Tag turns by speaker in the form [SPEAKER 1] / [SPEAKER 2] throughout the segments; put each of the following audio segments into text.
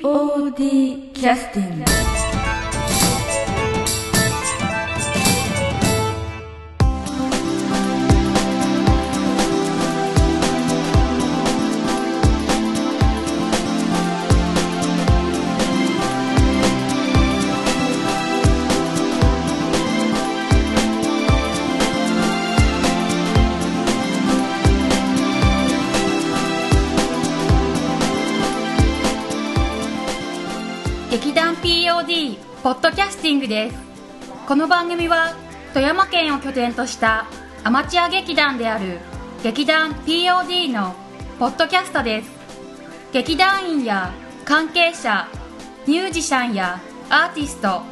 [SPEAKER 1] POD キャスティング
[SPEAKER 2] 劇団 POD ポッドキャスティングですこの番組は富山県を拠点としたアマチュア劇団である劇団 POD のポッドキャストです劇団員や関係者ミュージシャンやアーティスト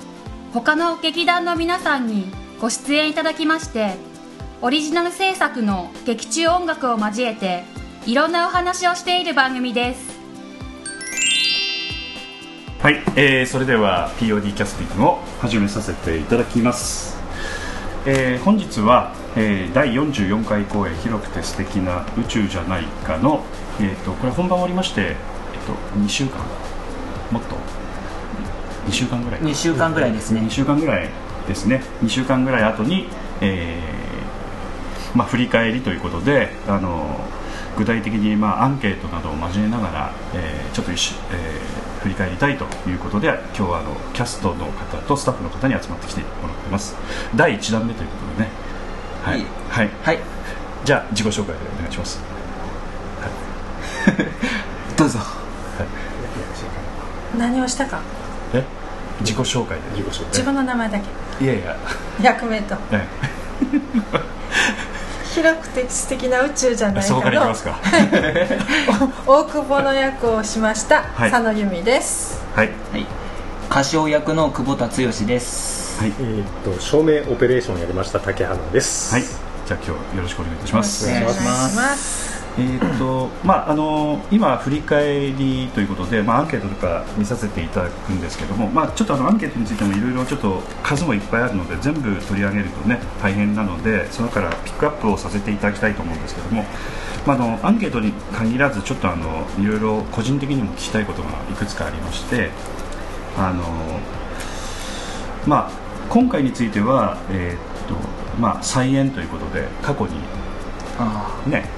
[SPEAKER 2] 他の劇団の皆さんにご出演いただきましてオリジナル制作の劇中音楽を交えていろんなお話をしている番組です
[SPEAKER 3] はい、えー、それでは POD キャスティングを始めさせていただきます、えー本日は、えー、第44回公演「広くて素敵な宇宙じゃないかの」えー、とこれ本番終わりまして、えっと2週間もっと2週間ぐらい
[SPEAKER 4] 2週間ぐらいですね
[SPEAKER 3] 2週間ぐらいですね2週間ぐらい後に、えーまあ、振り返りということであの具体的に、まあ、アンケートなどを交えながら、えーちょっと一緒、えー振り返りたいということで今日はあのキャストの方とスタッフの方に集まってきてもらってます第1弾目ということでねはい、
[SPEAKER 4] いい
[SPEAKER 3] はい、
[SPEAKER 4] はい
[SPEAKER 3] じゃあ自己紹介でお願いします
[SPEAKER 4] どうぞ
[SPEAKER 5] 何をしたか
[SPEAKER 3] え自己紹介で自己紹
[SPEAKER 5] 自分の名前だけ
[SPEAKER 3] いやいや、
[SPEAKER 5] 役名と
[SPEAKER 3] ね、
[SPEAKER 5] 広くて素敵な宇宙じゃない
[SPEAKER 3] そこか
[SPEAKER 5] か
[SPEAKER 3] らいき
[SPEAKER 5] の
[SPEAKER 3] ますか
[SPEAKER 5] 大久保の役をしました、
[SPEAKER 3] はい
[SPEAKER 5] 佐野由美です
[SPEAKER 3] はい
[SPEAKER 4] はい歌唱役の久保田剛です
[SPEAKER 6] えーっと照明オペレーションやりました竹花です。
[SPEAKER 3] はい、じゃあ今日よろしくお願いいたします。
[SPEAKER 4] お願いします
[SPEAKER 3] えーっとまああの今振り返りということで、まあアンケートとか見させていただくんですけども、まあちょっとあのアンケートについてもいろいろちょっと数もいっぱいあるので全部取り上げるとね大変なので、その中からピックアップをさせていただきたいと思うんですけども、まああのアンケートに限らずちょっとあのいろいろ個人的にも聞きたいことがいくつかありまして、あのまあ今回についてはえーっとまあ再演ということで過去に
[SPEAKER 4] あ
[SPEAKER 3] ね、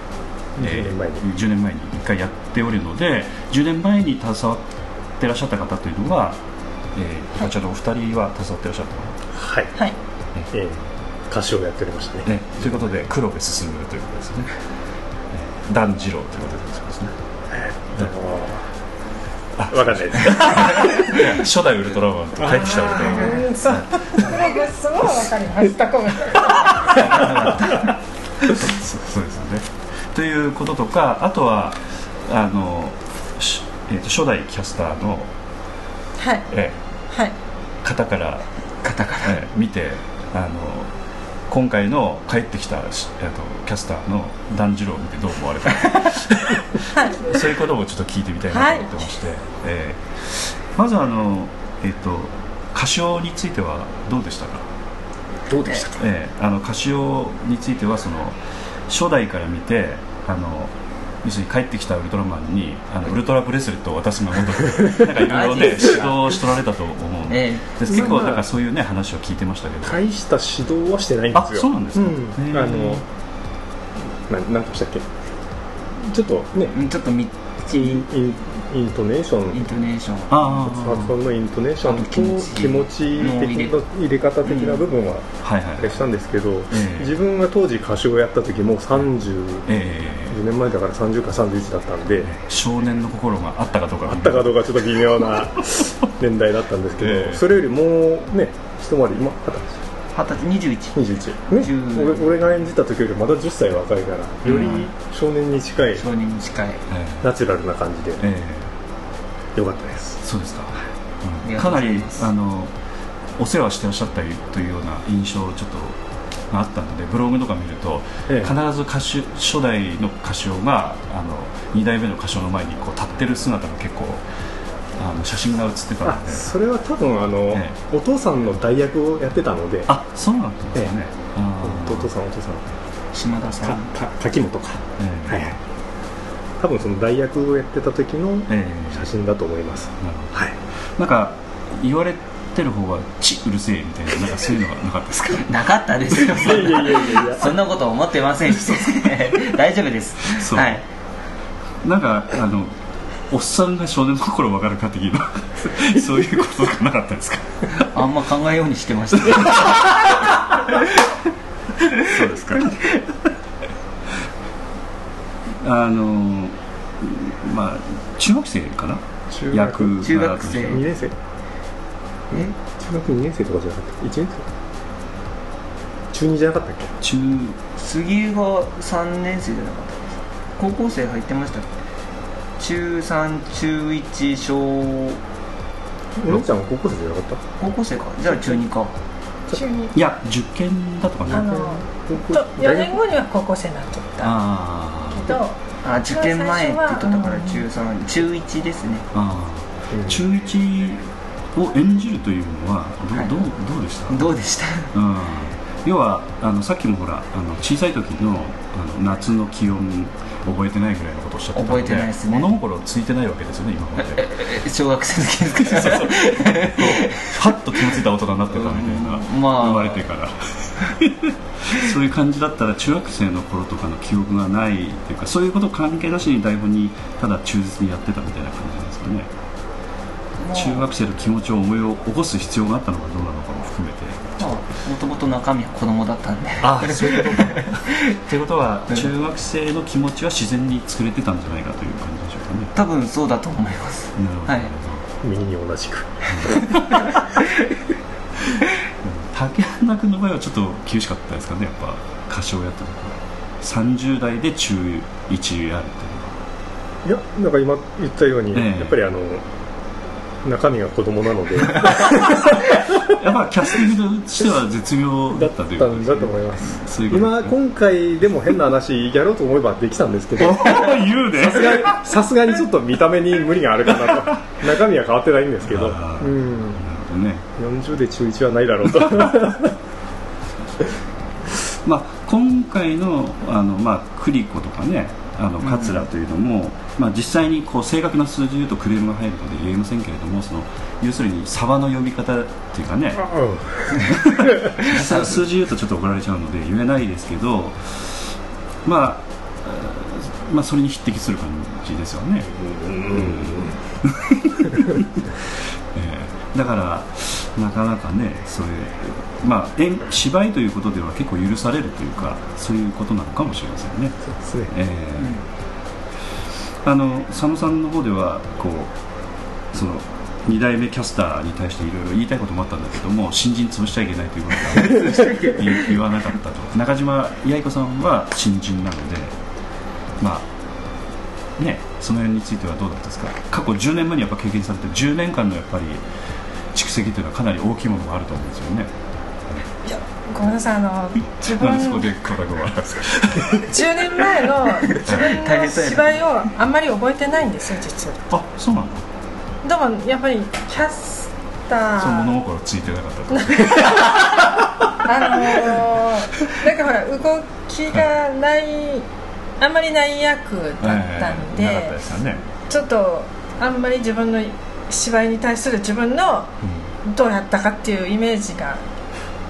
[SPEAKER 6] 10年前に
[SPEAKER 3] 10年前に1回やっておるので10年前に携わってらっしゃった方というのは、えー、こちらのお二人は携わってらっしゃったのか
[SPEAKER 6] はい。
[SPEAKER 5] はい
[SPEAKER 6] えー歌手をやっておりましたね。
[SPEAKER 3] な、ね、ということで黒部進むということですねえー段次郎ということですね
[SPEAKER 6] あのーわかんないです。
[SPEAKER 3] 初代ウルトラマンと帰ってきたウルトラマン
[SPEAKER 5] そうすごいわかりましたごめん
[SPEAKER 3] そうそうですよねということとかあとはあの、しえー、と初代キャスターの、
[SPEAKER 5] はい
[SPEAKER 3] えー
[SPEAKER 5] はい
[SPEAKER 3] 方から方から、ええ見てあの今回の帰ってきたしえっとキャスターの團次郎を見てどう思われたかそういうこともちょっと聞いてみたいなと思ってまして、ええまずあの、えっと歌唱についてはどうでしたか、
[SPEAKER 4] どうでした
[SPEAKER 3] ええあの歌唱についてはその初代から見てあの要するに帰ってきたウルトラマンにあのウルトラブレスレットを渡すがごとくなんかいろいろね
[SPEAKER 4] マジ
[SPEAKER 3] 指導
[SPEAKER 4] ですか
[SPEAKER 3] しとられたと思うんで、
[SPEAKER 4] え
[SPEAKER 3] で結構なんかそういうね話を聞いてましたけど、
[SPEAKER 6] 大した指導はしてないんで
[SPEAKER 3] あ
[SPEAKER 6] すよ。
[SPEAKER 3] そうなんですか、
[SPEAKER 6] うん
[SPEAKER 3] へー
[SPEAKER 6] あのなんなんてしたっけ。ちょっとね
[SPEAKER 4] え、うんちょっとみ
[SPEAKER 6] インインイントネーショ
[SPEAKER 4] イン
[SPEAKER 6] ン。
[SPEAKER 4] トネーションは
[SPEAKER 3] あーあーあ
[SPEAKER 6] 発音のイントネーション
[SPEAKER 4] あと気持
[SPEAKER 6] と
[SPEAKER 4] ち
[SPEAKER 6] 気持ち的
[SPEAKER 4] の入れ
[SPEAKER 6] な入れ方的な部分は
[SPEAKER 3] ーはいは
[SPEAKER 6] あ
[SPEAKER 3] い
[SPEAKER 6] れしたんですけど
[SPEAKER 3] ええ、
[SPEAKER 6] 自分が当時歌手をやった時も30、
[SPEAKER 3] え
[SPEAKER 6] 10年前だから30か31だったんで。
[SPEAKER 3] ー、少年の心があったかどうか
[SPEAKER 6] あったかどうかちょっと微妙 な年代だったんですけど、
[SPEAKER 3] ええ
[SPEAKER 6] それよりもうね一回り今二
[SPEAKER 4] 二十歳二十一
[SPEAKER 6] 十歳21、ね、
[SPEAKER 4] 10
[SPEAKER 6] 俺俺が演じた時よりまだ10歳若いからより少年に近い
[SPEAKER 4] 少年に近い
[SPEAKER 3] えー
[SPEAKER 6] ナチュラルな感じで
[SPEAKER 3] え
[SPEAKER 6] よかったです
[SPEAKER 3] ーそうですか、うん
[SPEAKER 4] ありがと
[SPEAKER 3] か
[SPEAKER 4] うご
[SPEAKER 3] な
[SPEAKER 4] ざい
[SPEAKER 3] り
[SPEAKER 4] ます
[SPEAKER 3] あのお世話してらっしゃったりというような印象をちょっとがあったのでブログとか見ると、
[SPEAKER 6] ええ
[SPEAKER 3] 必ず歌手初代の歌唱があの2代目の歌唱の前にこう立ってる姿が結構あの写真が写ってた
[SPEAKER 6] あ
[SPEAKER 3] ので
[SPEAKER 6] それは多分あの、
[SPEAKER 3] え
[SPEAKER 6] お父さんの代役をやってたので
[SPEAKER 3] あそうなんですね、
[SPEAKER 6] え
[SPEAKER 3] あ
[SPEAKER 6] お
[SPEAKER 3] ー
[SPEAKER 6] 父さんお父さん
[SPEAKER 4] 島田さ
[SPEAKER 6] か
[SPEAKER 4] ん
[SPEAKER 6] か滝本か
[SPEAKER 3] えー
[SPEAKER 6] はいはい多分その代役をやってた時の
[SPEAKER 3] え
[SPEAKER 6] 写真だと思います、
[SPEAKER 3] えなるほど
[SPEAKER 6] はい
[SPEAKER 3] なんか言われてる方は「ちうるせえ」みたいななんかそういうのがなかったですか
[SPEAKER 4] なかったですよ
[SPEAKER 6] いやいやいやいや
[SPEAKER 4] そんなこと思ってませんし 大丈夫です
[SPEAKER 3] そう
[SPEAKER 4] はい
[SPEAKER 3] なんかあのおっさんが少年の頃わかるか的なそういうことがなかったですか
[SPEAKER 4] あんま考えようにしてました
[SPEAKER 3] そうですか。あのまあ中学生かな。
[SPEAKER 6] 中
[SPEAKER 3] 役
[SPEAKER 6] 学
[SPEAKER 4] 中学生
[SPEAKER 6] 2年生え中学2年生とかじゃなかった1年生中2じゃなかったっけ
[SPEAKER 3] 中
[SPEAKER 4] 杉江が3年生じゃなかったです高校生入ってましたっけ中3中1小
[SPEAKER 6] お姉ちゃんは高校生じゃなかった
[SPEAKER 4] 高校生かじゃあ中2か
[SPEAKER 5] 中に
[SPEAKER 3] いや受験だとかね。
[SPEAKER 5] あ
[SPEAKER 3] あ
[SPEAKER 5] の
[SPEAKER 6] 高校
[SPEAKER 5] と4
[SPEAKER 6] 大
[SPEAKER 5] 年
[SPEAKER 6] 学
[SPEAKER 5] 後には高校生になっとった
[SPEAKER 3] あ
[SPEAKER 5] けど
[SPEAKER 4] あ受験前って言っとったから
[SPEAKER 5] うん
[SPEAKER 4] 中3中1ですね
[SPEAKER 3] あ
[SPEAKER 6] うん
[SPEAKER 3] あ中一を演じるというのはど,、
[SPEAKER 4] はいう
[SPEAKER 3] どうどうでした。
[SPEAKER 4] どうでした
[SPEAKER 3] うん。要はあのさっきもほらあの小さい時のあの夏の気温覚えてないぐらいのことをおっしゃってたので
[SPEAKER 4] 覚えてないですね
[SPEAKER 3] 物心ついてないわけですよね今まで
[SPEAKER 4] え小学生の 時ですか
[SPEAKER 3] はっと気のついた大人になってたみたいな、
[SPEAKER 4] うんまあ
[SPEAKER 3] 生まれてからそういう感じだったら中学生の頃とかの記憶がないっていうかそういうこと関係なしに台本にただ忠実にやってたみたいな感じなんですかね中学生の気持ちを思い起こす必要があったのかどうなのかも含めて
[SPEAKER 4] もともと中身は子供だったんで
[SPEAKER 3] ああそういうことかってことは中学生の気持ちは自然に作れてたんじゃないかという感じでしょうかね
[SPEAKER 4] 多分そうだと思います
[SPEAKER 3] なるほど、
[SPEAKER 4] はい
[SPEAKER 6] 右に同じく
[SPEAKER 3] 竹花君の場合はちょっと厳しかったですかねやっぱ歌唱やった時は30代で中1やるって
[SPEAKER 6] いやなんか今言ったように、
[SPEAKER 3] ええ
[SPEAKER 6] やっぱりあの中身が子供なの でだ
[SPEAKER 3] いうのはやっぱキャスティングとしては絶妙だっ
[SPEAKER 6] ったた
[SPEAKER 3] ということ
[SPEAKER 6] ん
[SPEAKER 3] です
[SPEAKER 6] だ
[SPEAKER 3] ね
[SPEAKER 6] と思います
[SPEAKER 3] そういうことで
[SPEAKER 6] 今
[SPEAKER 3] すね
[SPEAKER 6] 今回でも変な話やろうと思えばできたんですけ ど
[SPEAKER 3] 言うね
[SPEAKER 6] さすがにちょっと見た目に無理があるか なと中身は変わってないんですけど、う
[SPEAKER 3] あー
[SPEAKER 6] ん、
[SPEAKER 3] なるほどね
[SPEAKER 6] 40で中1はないだ ろうと
[SPEAKER 3] まあ、今回のあの、まあ、栗子とかねあの桂というのも、まあ、実際にこう正確な数字で言うとクレームが入るので言えませんけれどもその要するに沢の呼び方っていうかね実際数字言うとちょっと怒られちゃうので言えないですけど、まあえー、まあそれに匹敵する感じですよね、 えーだからなかなかねそれ、まあ、演芝居ということでは結構許されるというかそういうことなのかもしれませんね。
[SPEAKER 6] そうですね
[SPEAKER 3] えーあの佐野さんの方ではこうその2代目キャスターに対していろいろ言いたいこともあったんだけども新人潰しちゃいけないという ことが言言わなかったと中島八重子さんは新人なのでまあねその辺についてはどうだったですか過去10年前にやっぱ経験されて10年間のやっぱり蓄積というのはかなり大きいものがあると思うんですよね。
[SPEAKER 5] ごめんなさいあの自
[SPEAKER 3] なんでそこ
[SPEAKER 5] 分
[SPEAKER 3] でこんなこと笑うんですか
[SPEAKER 5] 10年前の自分
[SPEAKER 4] 大
[SPEAKER 5] の
[SPEAKER 4] 変そうやな
[SPEAKER 5] 芝居をあんまり覚えてないんですよ実は
[SPEAKER 3] あそうなんだ。
[SPEAKER 5] でもやっぱりキャスタ
[SPEAKER 3] その
[SPEAKER 5] ー
[SPEAKER 3] 物心ついてなかったと。
[SPEAKER 5] あのー、なんかほら動きがないあんまりない役だったんで、
[SPEAKER 3] なかったですよね。
[SPEAKER 5] ちょっとあんまり自分の芝居に対する自分のどうやったかっていうイメージが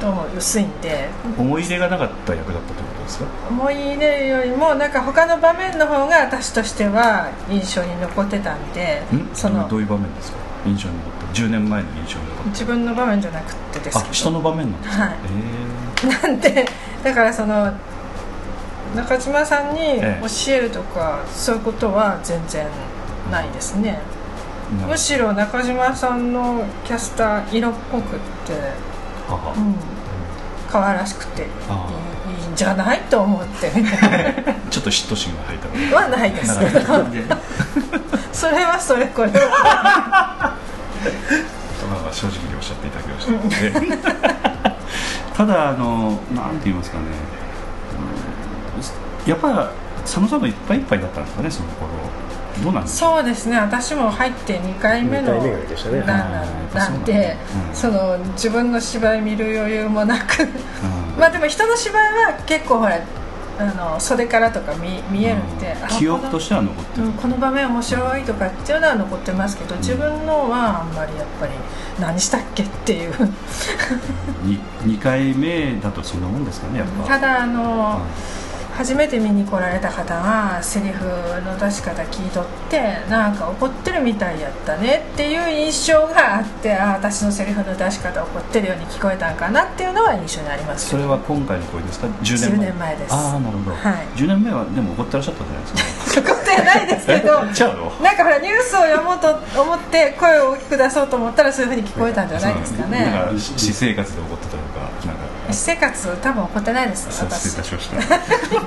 [SPEAKER 5] どうも薄いんで
[SPEAKER 3] 思い出がなかった役だったってことですか
[SPEAKER 5] 思い入れるよりもなんか他の場面の方が私としては印象に残ってたんでその
[SPEAKER 3] どういう場面ですか印象に残った10年前の印象に残っ
[SPEAKER 5] 自分の場面じゃなくてで
[SPEAKER 3] たあ
[SPEAKER 5] すけ
[SPEAKER 3] 人
[SPEAKER 5] ど
[SPEAKER 3] の場面なんですか、
[SPEAKER 5] はい
[SPEAKER 3] え
[SPEAKER 5] なんでだからその中島さんに
[SPEAKER 3] ええ
[SPEAKER 5] 教えるとか、そういうことは全然ないですね、
[SPEAKER 3] ーなんか
[SPEAKER 5] むしろ中島さんのキャスター色っぽくって、
[SPEAKER 3] あ
[SPEAKER 5] うん、可愛らしくていい
[SPEAKER 3] あ
[SPEAKER 5] いいんじゃないと思って
[SPEAKER 3] あちょっと嫉妬心が入ったの
[SPEAKER 5] はないですけどそれはそれこれは
[SPEAKER 3] まあ正直におっしゃっていただきましたの でただあのなんて言いますかね、うんやっぱ佐野さんがいっぱいいっぱいだったんですかねその頃どうなんですか
[SPEAKER 5] そうですね私も入って2回目の
[SPEAKER 6] 二回目でしたね
[SPEAKER 5] な
[SPEAKER 3] あ
[SPEAKER 5] ん
[SPEAKER 3] ーやっぱそうな
[SPEAKER 5] な
[SPEAKER 3] ん
[SPEAKER 5] ん
[SPEAKER 3] だ
[SPEAKER 5] で
[SPEAKER 3] うん
[SPEAKER 5] その自分の芝居見る余裕もなく
[SPEAKER 3] うん
[SPEAKER 5] まあでも人の芝居は結構ほらあの袖からとか見見えるんで、あ
[SPEAKER 3] 記憶としては残って
[SPEAKER 5] こ
[SPEAKER 3] る、
[SPEAKER 5] のうんこの場面面白いとかっていうのは残ってますけど自分のはあんまりやっぱり何したっけっていう
[SPEAKER 3] に二 2, 回目だとそんなもんですかねやっぱ
[SPEAKER 5] ただあの
[SPEAKER 3] は
[SPEAKER 5] 初めて見に来られた方がセリフの出し方聞いとってなんか怒ってるみたいやったねっていう印象があってあ私のセリフの出し方怒ってるように聞こえたんかなっていうのは印象にあります
[SPEAKER 3] それは今回の声ですか10
[SPEAKER 5] 10
[SPEAKER 3] 年前
[SPEAKER 5] 年前です
[SPEAKER 3] ああなるほど、
[SPEAKER 5] はい
[SPEAKER 3] 10年前はでも怒ってらっしゃったじゃないですか
[SPEAKER 5] そことはないですけ ど
[SPEAKER 3] え違うの
[SPEAKER 5] なんかほらニュースを読もうと思って声を大きく出そうと思ったらそういうふうに聞こえたんじゃないですか
[SPEAKER 3] そうな
[SPEAKER 5] ね
[SPEAKER 3] んかし私生活で怒ってたのかなんか
[SPEAKER 5] 私生活多分怒ってないです
[SPEAKER 3] そう失礼い
[SPEAKER 5] 私
[SPEAKER 3] たしました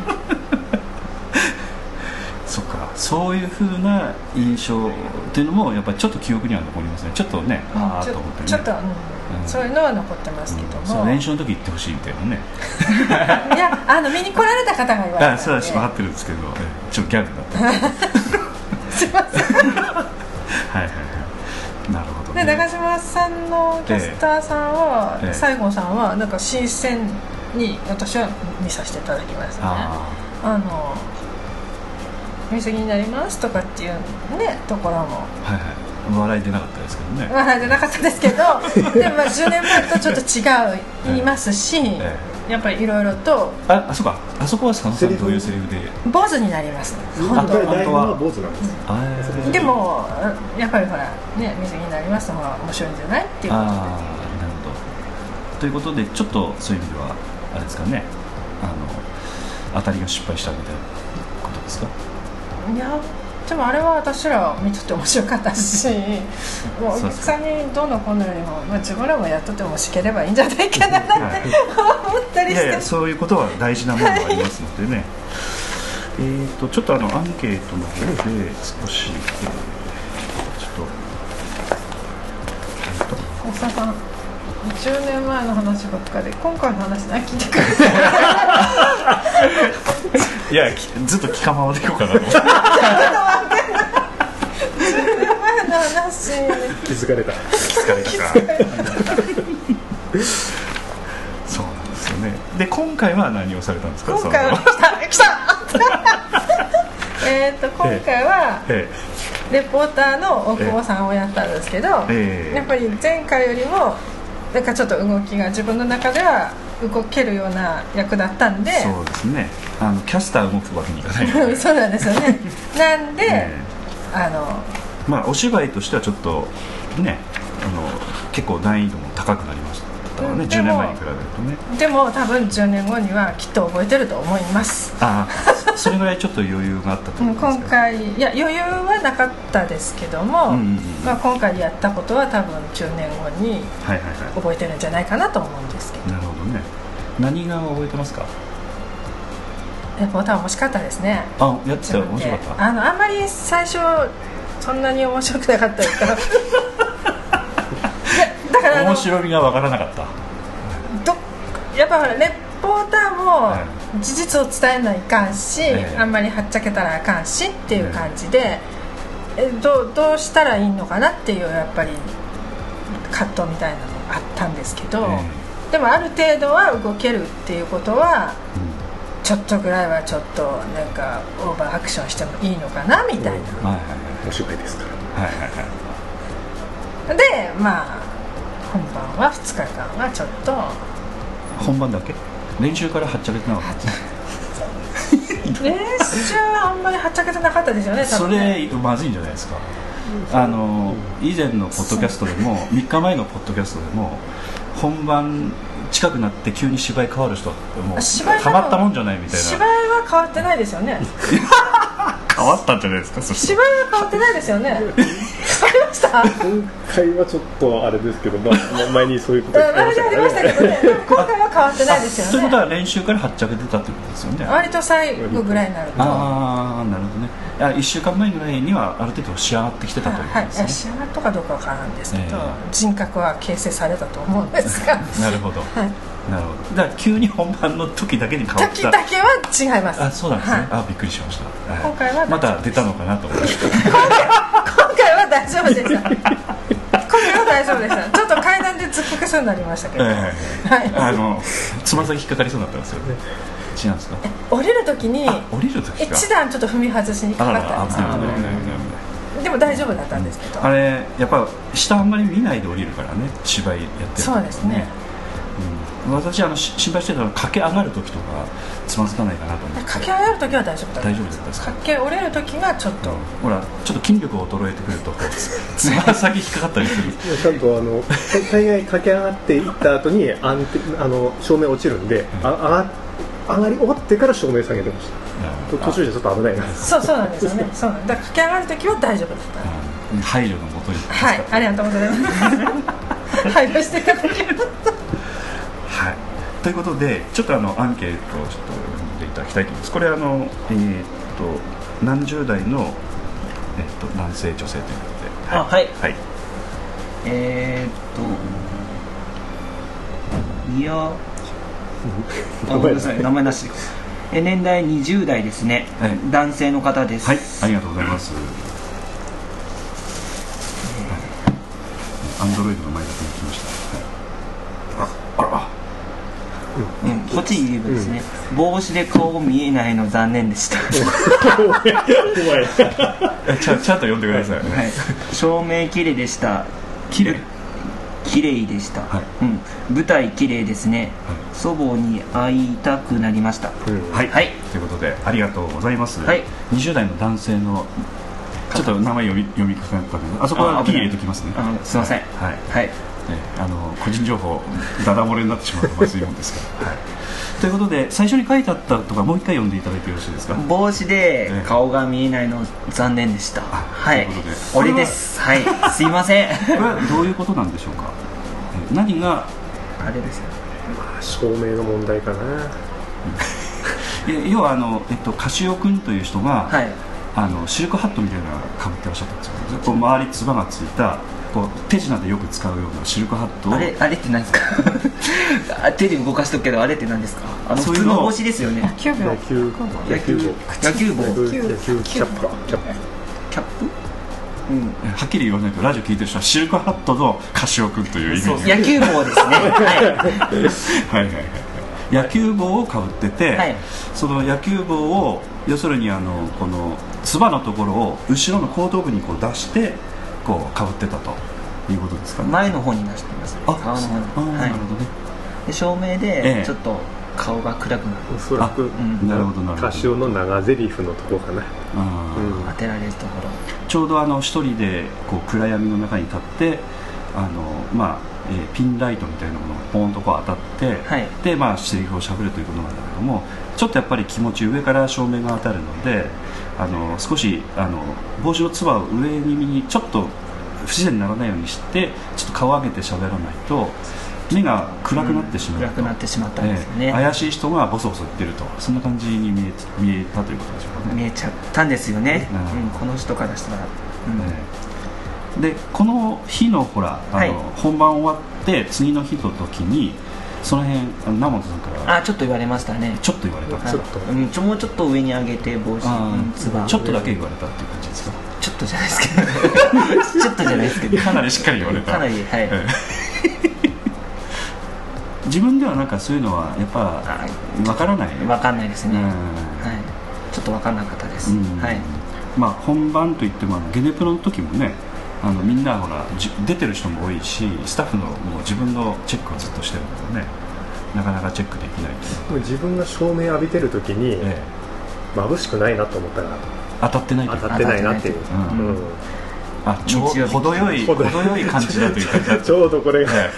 [SPEAKER 3] そっかそういうふうな印象っていうのもやっぱりちょっと記憶には残りますねちょっとねああ
[SPEAKER 5] ちょ
[SPEAKER 3] と思ってね
[SPEAKER 5] ちょっと、うん
[SPEAKER 3] うん
[SPEAKER 5] そういうのは残ってますけど
[SPEAKER 3] うんそ
[SPEAKER 5] も、
[SPEAKER 3] の練習の時行ってほしいみたいなね
[SPEAKER 5] いやあの見に来られた方が言われたん
[SPEAKER 3] あ
[SPEAKER 5] で
[SPEAKER 3] そうだし分かってるんですけどえちょっとギャグだった
[SPEAKER 5] すいま せん
[SPEAKER 3] はいはいはいなるほど、
[SPEAKER 5] で
[SPEAKER 3] ね、
[SPEAKER 5] 長嶋さんのキャスターさんは、
[SPEAKER 3] ええ
[SPEAKER 5] 西郷さんはなんか新鮮に私は見させていただきますねあ
[SPEAKER 3] ああ
[SPEAKER 5] の「見過ぎになります」とかっていうねところも
[SPEAKER 3] はいはい笑い出なかったですけどね、
[SPEAKER 5] 笑いじゃなかったです けどでもまあ10年前とちょっと違う言いますし、
[SPEAKER 3] え
[SPEAKER 5] やっぱりいろいろと
[SPEAKER 3] え、ああそうかあそこは佐野さんどういうセリフで
[SPEAKER 5] 坊主になりますね
[SPEAKER 3] あ
[SPEAKER 6] 本当は台本
[SPEAKER 3] あとは
[SPEAKER 6] は坊主なんです
[SPEAKER 3] あー
[SPEAKER 6] そこ
[SPEAKER 5] でもやっぱりほらね見過ぎになりますの方が面白いんじゃないっていうことで
[SPEAKER 3] ああなるほどということでちょっとそういう意味ではあれですかねあの当たりが失敗したみたいなことですか
[SPEAKER 5] いやでもあれは私ら見とって面白かっ たしもう
[SPEAKER 3] そ
[SPEAKER 5] お
[SPEAKER 3] う
[SPEAKER 5] 客
[SPEAKER 3] ですか
[SPEAKER 5] さんにどうのこうのよりも、まあ、自分らもやっとって面白ければいいんじゃないかななんて思った
[SPEAKER 3] い
[SPEAKER 5] りし
[SPEAKER 3] やい
[SPEAKER 5] て
[SPEAKER 3] やそういうことは大事なものがありますのでね、えーとちょっとあのアンケートの方で少し、えーちょっ
[SPEAKER 5] 大沢さん10年前の話ばっかで今回の話何聞いてくれる
[SPEAKER 3] といやきずっと気かまわでいこう かなと思って
[SPEAKER 5] 前の話
[SPEAKER 6] 気づかれた
[SPEAKER 3] 疲れたからそうなんですよねで今回は何をされたんですか
[SPEAKER 5] 今回は
[SPEAKER 3] その
[SPEAKER 5] 来た来た えっと今回は
[SPEAKER 3] え
[SPEAKER 5] レポーターの大久保さんをやったんですけど、
[SPEAKER 3] ええ
[SPEAKER 5] やっぱり前回よりもなんかちょっと動きが自分の中では動けるような役だったんで
[SPEAKER 3] えそうですねあのキャスター動くわけにいかない
[SPEAKER 5] そうなんですよ ねなんで、
[SPEAKER 3] え
[SPEAKER 5] あの
[SPEAKER 3] えまあお芝居としてはちょっとねあの結構難易度も高くなりましたからね、
[SPEAKER 5] うんで
[SPEAKER 3] 10
[SPEAKER 5] も
[SPEAKER 3] 年前に比べるとね
[SPEAKER 5] でも多分10年後にはきっと覚えてると思います、
[SPEAKER 3] ああそれぐらいちょっと余裕があったと
[SPEAKER 5] う
[SPEAKER 3] 思
[SPEAKER 5] ん
[SPEAKER 3] います
[SPEAKER 5] 今
[SPEAKER 3] けど
[SPEAKER 5] 回いや余裕はなかったですけど
[SPEAKER 3] う
[SPEAKER 5] も、
[SPEAKER 3] んうんうん
[SPEAKER 5] まあ、今回やったことは多分10年後に
[SPEAKER 3] はいはいは
[SPEAKER 5] 覚えてるんじゃないかなと思うんですけど
[SPEAKER 3] いなるほどね何が覚えてますか
[SPEAKER 5] レポーターは惜しかったですね
[SPEAKER 3] あやって
[SPEAKER 5] 自
[SPEAKER 3] た
[SPEAKER 5] 分
[SPEAKER 3] 面
[SPEAKER 5] で
[SPEAKER 3] 白かった
[SPEAKER 5] あのあんまり最初そんなに面白くなかったですから いやだからあの
[SPEAKER 3] 面白みがわからなかった
[SPEAKER 5] どやっぱほらレポータ
[SPEAKER 3] は
[SPEAKER 5] ーも事実を伝えないかんし、
[SPEAKER 3] ええ
[SPEAKER 5] あんまりはっちゃけたらあかんしっていう感じで、えどうどうしたらいいのかなっていうやっぱり葛藤みたいなのがあったんですけど、
[SPEAKER 3] え
[SPEAKER 5] でもある程度は動けるっていうことは
[SPEAKER 3] えうん
[SPEAKER 5] ちょっとぐらいはちょっとなんかオーバーアクションしてもいいのかなみたいな。
[SPEAKER 3] はい
[SPEAKER 6] お芝居ですから
[SPEAKER 3] はいはいはいはいはい
[SPEAKER 5] でまあ本番は2日間はちょっと
[SPEAKER 3] 本番だけ練習からはっちゃけてなかっ
[SPEAKER 5] 練習はあんまりはっちゃけてなかったですよね
[SPEAKER 3] た
[SPEAKER 5] 多
[SPEAKER 3] そ
[SPEAKER 5] 分ね
[SPEAKER 3] れまずいんじゃないですかあの以前のポッドキャストでも3日前のポッドキャストでも本番近くなって急に芝居変わる人ってもう
[SPEAKER 5] 芝居
[SPEAKER 3] ハマったもんじゃないみたい
[SPEAKER 5] 芝居
[SPEAKER 3] な
[SPEAKER 5] は変わってないですよ ね
[SPEAKER 3] 変わったんじゃないですかそして
[SPEAKER 5] 芝居は変わってないですよね変わりま した
[SPEAKER 6] 今回はちょっとあれですけど、まあ、前にそういうこと言ってま
[SPEAKER 5] 話
[SPEAKER 6] した
[SPEAKER 5] あり
[SPEAKER 6] か
[SPEAKER 5] ました
[SPEAKER 6] ら
[SPEAKER 5] け
[SPEAKER 6] ね
[SPEAKER 5] どね今回は変わってないです
[SPEAKER 3] とい
[SPEAKER 5] よ
[SPEAKER 3] う こと
[SPEAKER 5] ね
[SPEAKER 3] は練習からはっちゃけてたってことですよね
[SPEAKER 5] 割と最後ぐらいになるとは
[SPEAKER 3] ああなるほどねあ1週間前ぐらいにはある程度仕上がってきてたというこ
[SPEAKER 5] は
[SPEAKER 3] と
[SPEAKER 5] い
[SPEAKER 3] で
[SPEAKER 5] いや、
[SPEAKER 3] す
[SPEAKER 5] 仕上がったかどうかわからんですけど、
[SPEAKER 3] え
[SPEAKER 5] 人格は形成されたと思うんですが
[SPEAKER 3] ねなるほど、なるほどだから急に本番の時だけに変わっ
[SPEAKER 5] 時
[SPEAKER 3] た
[SPEAKER 5] だけは違います
[SPEAKER 3] あそうなんですね、
[SPEAKER 5] はい
[SPEAKER 3] あびっくりしました、はい
[SPEAKER 5] 今回は大丈夫です
[SPEAKER 3] また出たのかなと思いま した
[SPEAKER 5] 今回は大丈夫でした 今回は大丈夫でしたちょっと階段で突っこけそうになりましたけど、
[SPEAKER 3] ええ
[SPEAKER 5] はい
[SPEAKER 3] あのつま先引っかかりそうになったんですよねちなんですか
[SPEAKER 5] 降りる時に
[SPEAKER 3] あ降りる時か
[SPEAKER 5] 一段ちょっと踏み外しにか
[SPEAKER 3] あら
[SPEAKER 5] からったん
[SPEAKER 3] ら危な
[SPEAKER 5] ですよ
[SPEAKER 3] い危ない危ない
[SPEAKER 5] でも大丈夫だったんですけど
[SPEAKER 3] あれやっぱ下あんまり見ないで降りるからね芝居やってる時
[SPEAKER 5] そうですね、
[SPEAKER 3] うん、私あのし心配してたのは駆け上がる時とかつまずかないかなと思って
[SPEAKER 5] 駆け上がる時は大丈夫だった
[SPEAKER 3] 大丈夫だったですか
[SPEAKER 5] 駆け降りる時がちょっと
[SPEAKER 3] ほらちょっと筋力が衰えてくるとこうつま先引っかかったりする
[SPEAKER 6] いやちゃんとあの大大概駆け上がっていった後に安定あの照明落ちるんで、あ上が上がり終わってから照明下げてましたと途中でちょっと危ないな
[SPEAKER 5] そうそうなんですよねそうなんだから駆け上がる時は大丈夫だった
[SPEAKER 3] うん配慮のもとに
[SPEAKER 5] はい、ありがとうご ざいます。配慮していただきます。
[SPEAKER 3] はい、ということでちょっとあのアンケートをちょっと読んでいただきたいと思いますこれあのえーっと何十代の、えーっと男性女性ということで
[SPEAKER 4] あはい
[SPEAKER 3] はい、
[SPEAKER 4] えー、っとい やあごめんなさい名前なしでえ年代20代ですね、
[SPEAKER 3] はい
[SPEAKER 4] 男性の方です、
[SPEAKER 3] はい、ありがとうございますアンドロイドの前だけに来ました、はい、ああら
[SPEAKER 4] うん、こっちにいればですね、帽子で顔見えないの残念でした、
[SPEAKER 3] えちゃちゃんと読んでくださいね、
[SPEAKER 4] はい、照明綺麗でした
[SPEAKER 3] 綺麗
[SPEAKER 4] 綺麗でした、
[SPEAKER 3] はい
[SPEAKER 4] うん、舞台綺麗ですね、
[SPEAKER 3] は
[SPEAKER 4] 祖母に会いたくなりました
[SPEAKER 3] はい、
[SPEAKER 4] はい
[SPEAKER 3] ということでありがとうございます、
[SPEAKER 4] はい
[SPEAKER 3] 20代の男性のちょっと名前読み読みかかったのであそこは
[SPEAKER 4] あ
[SPEAKER 3] ピー
[SPEAKER 4] 危ない
[SPEAKER 3] 入れときますね
[SPEAKER 4] あのすいません
[SPEAKER 3] はい、はい
[SPEAKER 4] はい
[SPEAKER 3] ねあの個人情報ダダ漏れになってしまうとまずいもんです から、はい、ということで最初に書いてあったとかもう一回読んでいただいてよろしいですか
[SPEAKER 4] 帽子で
[SPEAKER 3] ええ
[SPEAKER 4] 顔が見えないの残念でしたはい
[SPEAKER 3] ということで
[SPEAKER 4] 俺ですはいすいま せん
[SPEAKER 3] これはどういうことなんでしょうかえ何が
[SPEAKER 4] あれですよ
[SPEAKER 6] 照明の問題かな
[SPEAKER 3] え要はあの、えっと、カシオ君という人が、
[SPEAKER 4] はい
[SPEAKER 3] あのシルクハットみたいなのかぶってらっしゃったんですよずっと周りつばがついたこう手品でよく使うようなシルクハットを
[SPEAKER 4] あれあれって何ですか あ手で動かしとくけどあれって何ですかあの
[SPEAKER 3] そう
[SPEAKER 4] 普
[SPEAKER 3] いう
[SPEAKER 4] 通
[SPEAKER 3] の
[SPEAKER 4] の帽子ですよね
[SPEAKER 5] 9秒
[SPEAKER 6] 野。球
[SPEAKER 4] 野球野球帽
[SPEAKER 6] 野球野球キャップかキャップ
[SPEAKER 4] キャップうん
[SPEAKER 3] はっきり言わないとラジオ聞いてる人はシルクハットのカシオ君というイメージ
[SPEAKER 4] 野球帽ですね
[SPEAKER 3] はいはい
[SPEAKER 4] は
[SPEAKER 3] はいはい、野球帽をかぶってて、
[SPEAKER 4] はい
[SPEAKER 3] その野球帽を要するにあのこのつばのところを後ろの後頭部にこう出してこうかぶってたということですか
[SPEAKER 4] い
[SPEAKER 3] ね
[SPEAKER 4] 前の方に出してますね
[SPEAKER 3] あ
[SPEAKER 4] 顔の方
[SPEAKER 3] あー
[SPEAKER 4] に、は
[SPEAKER 3] なるほどね
[SPEAKER 4] い、で照明
[SPEAKER 3] え
[SPEAKER 4] で
[SPEAKER 3] え
[SPEAKER 4] ちょっと顔が暗くなる
[SPEAKER 6] おそらく
[SPEAKER 4] ん
[SPEAKER 3] なるほどなるほど
[SPEAKER 6] カシオの長ゼリフのとこかな
[SPEAKER 3] あ
[SPEAKER 6] う
[SPEAKER 3] ー
[SPEAKER 6] ん
[SPEAKER 4] 当てられるところ
[SPEAKER 3] ちょうどあの一人でこう暗闇の中に立ってあの、まあえーピンライトみたいなものがポーンとこう当たって、
[SPEAKER 4] はい
[SPEAKER 3] でまあセリフをしゃべるということなんだけどもちょっとやっぱり気持ち上から照明が当たるのであの少しあの帽子のつばを上に見にちょっと不自然にならないようにしてちょっと顔を上げてしゃべらないと目が暗くなってしまうと、
[SPEAKER 4] 暗くなってしまったんですよね、
[SPEAKER 3] ええ怪しい人がボソボソ言ってるとそんな感じに見えつ見えたということでしょうかね。
[SPEAKER 4] 見えちゃったんですよね、
[SPEAKER 3] う
[SPEAKER 4] うんんこの人からしたら、うん
[SPEAKER 3] ねでこの日のほらあの、
[SPEAKER 4] はい
[SPEAKER 3] 本番終わって次の日の時にその辺あの南本さんから
[SPEAKER 4] あちょっと言われましたね
[SPEAKER 3] ちょっと言われたんです
[SPEAKER 6] ちょ
[SPEAKER 3] よ
[SPEAKER 6] っと
[SPEAKER 4] あうん、ちょもうちょっと上に上げて帽子
[SPEAKER 3] あ
[SPEAKER 4] うんつば
[SPEAKER 3] ーちょっとだけ言われたっていう感じですか
[SPEAKER 4] ちょっとじゃな いですけどちょっとじゃないですけど
[SPEAKER 3] かなりしっかり言われた
[SPEAKER 4] かなりはい、
[SPEAKER 3] ええ 自分ではなんかそういうのはやっぱ
[SPEAKER 4] あ
[SPEAKER 3] わからない
[SPEAKER 4] 分かんないですね、
[SPEAKER 3] うん
[SPEAKER 4] はい、ちょっと分かんなかったです、
[SPEAKER 3] うん
[SPEAKER 4] はい
[SPEAKER 3] まあ、本番といってもあのゲネプロの時もねあのみんなほらじ出てる人も多いしスタッフのもう自分のチェックをずっとしてるのでねなかなかチェックできないという
[SPEAKER 6] でも自分が照明浴びてる時に
[SPEAKER 3] ええ
[SPEAKER 6] 眩しくないなと思ったら
[SPEAKER 3] 当たってないという
[SPEAKER 6] 当
[SPEAKER 3] か
[SPEAKER 6] たってないなっていう、
[SPEAKER 3] うん
[SPEAKER 6] うん
[SPEAKER 3] あちょう
[SPEAKER 4] 日曜日
[SPEAKER 3] 程よ い程
[SPEAKER 6] 程よい
[SPEAKER 3] よい感じだという感 じだ
[SPEAKER 6] ちょうどこれが
[SPEAKER 3] え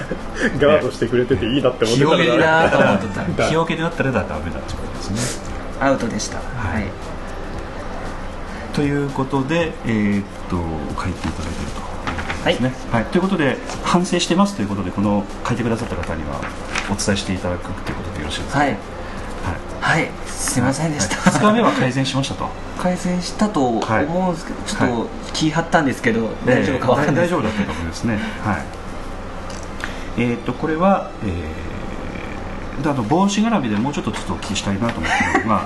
[SPEAKER 6] ガードしてくれてていいなって思っ
[SPEAKER 3] 日
[SPEAKER 6] てた
[SPEAKER 3] よけ
[SPEAKER 6] か
[SPEAKER 3] で
[SPEAKER 6] ら
[SPEAKER 3] だと思って
[SPEAKER 6] だ
[SPEAKER 3] た日よけでだったらダメだってことですね
[SPEAKER 4] アウトでしたはい、
[SPEAKER 3] ということでえーっと書いていただいてると
[SPEAKER 4] はい
[SPEAKER 3] ですね、はい、ということで反省してますということでこの書いてくださった方にはお伝えしていただくということでよろしいですか
[SPEAKER 4] はいはい、すいませんでした、
[SPEAKER 3] 2日目は改善しましたと
[SPEAKER 4] 改善したと思うんですけど、ちょっと気張ったんですけど、 大丈夫かわかん
[SPEAKER 3] えー
[SPEAKER 4] ない
[SPEAKER 3] 大丈夫だったと思いますねはいえーっとこれは、えーであと帽子絡みでもうちょっとちょっとお聞きしたいなと思ったの が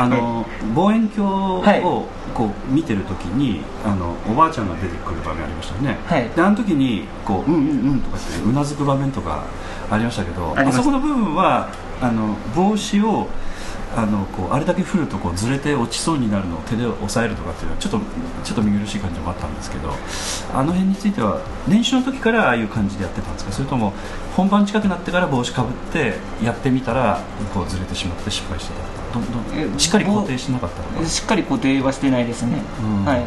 [SPEAKER 3] あの望遠鏡
[SPEAKER 4] はい
[SPEAKER 3] をこう見てる時にあのおばあちゃんが出てくる場面ありましたよね、
[SPEAKER 4] はい
[SPEAKER 3] であの時にこう「うんうんうん」とかってうなずく場面とかありましたけど
[SPEAKER 4] ありました
[SPEAKER 3] そこの部分はあの帽子をあのこうあれだけ降るとこうずれて落ちそうになるのを手で押さえるとかっていうのはちょっとちょっと見苦しい感じもあったんですけどあの辺については練習の時からああいう感じでやってたんですかそれとも本番近くなってから帽子かぶってやってみたらこうずれてしまって失敗してたどどん
[SPEAKER 4] え
[SPEAKER 3] しっかり固定してなかったのか
[SPEAKER 4] しっかり固定はしてないですね、
[SPEAKER 3] うん
[SPEAKER 4] はい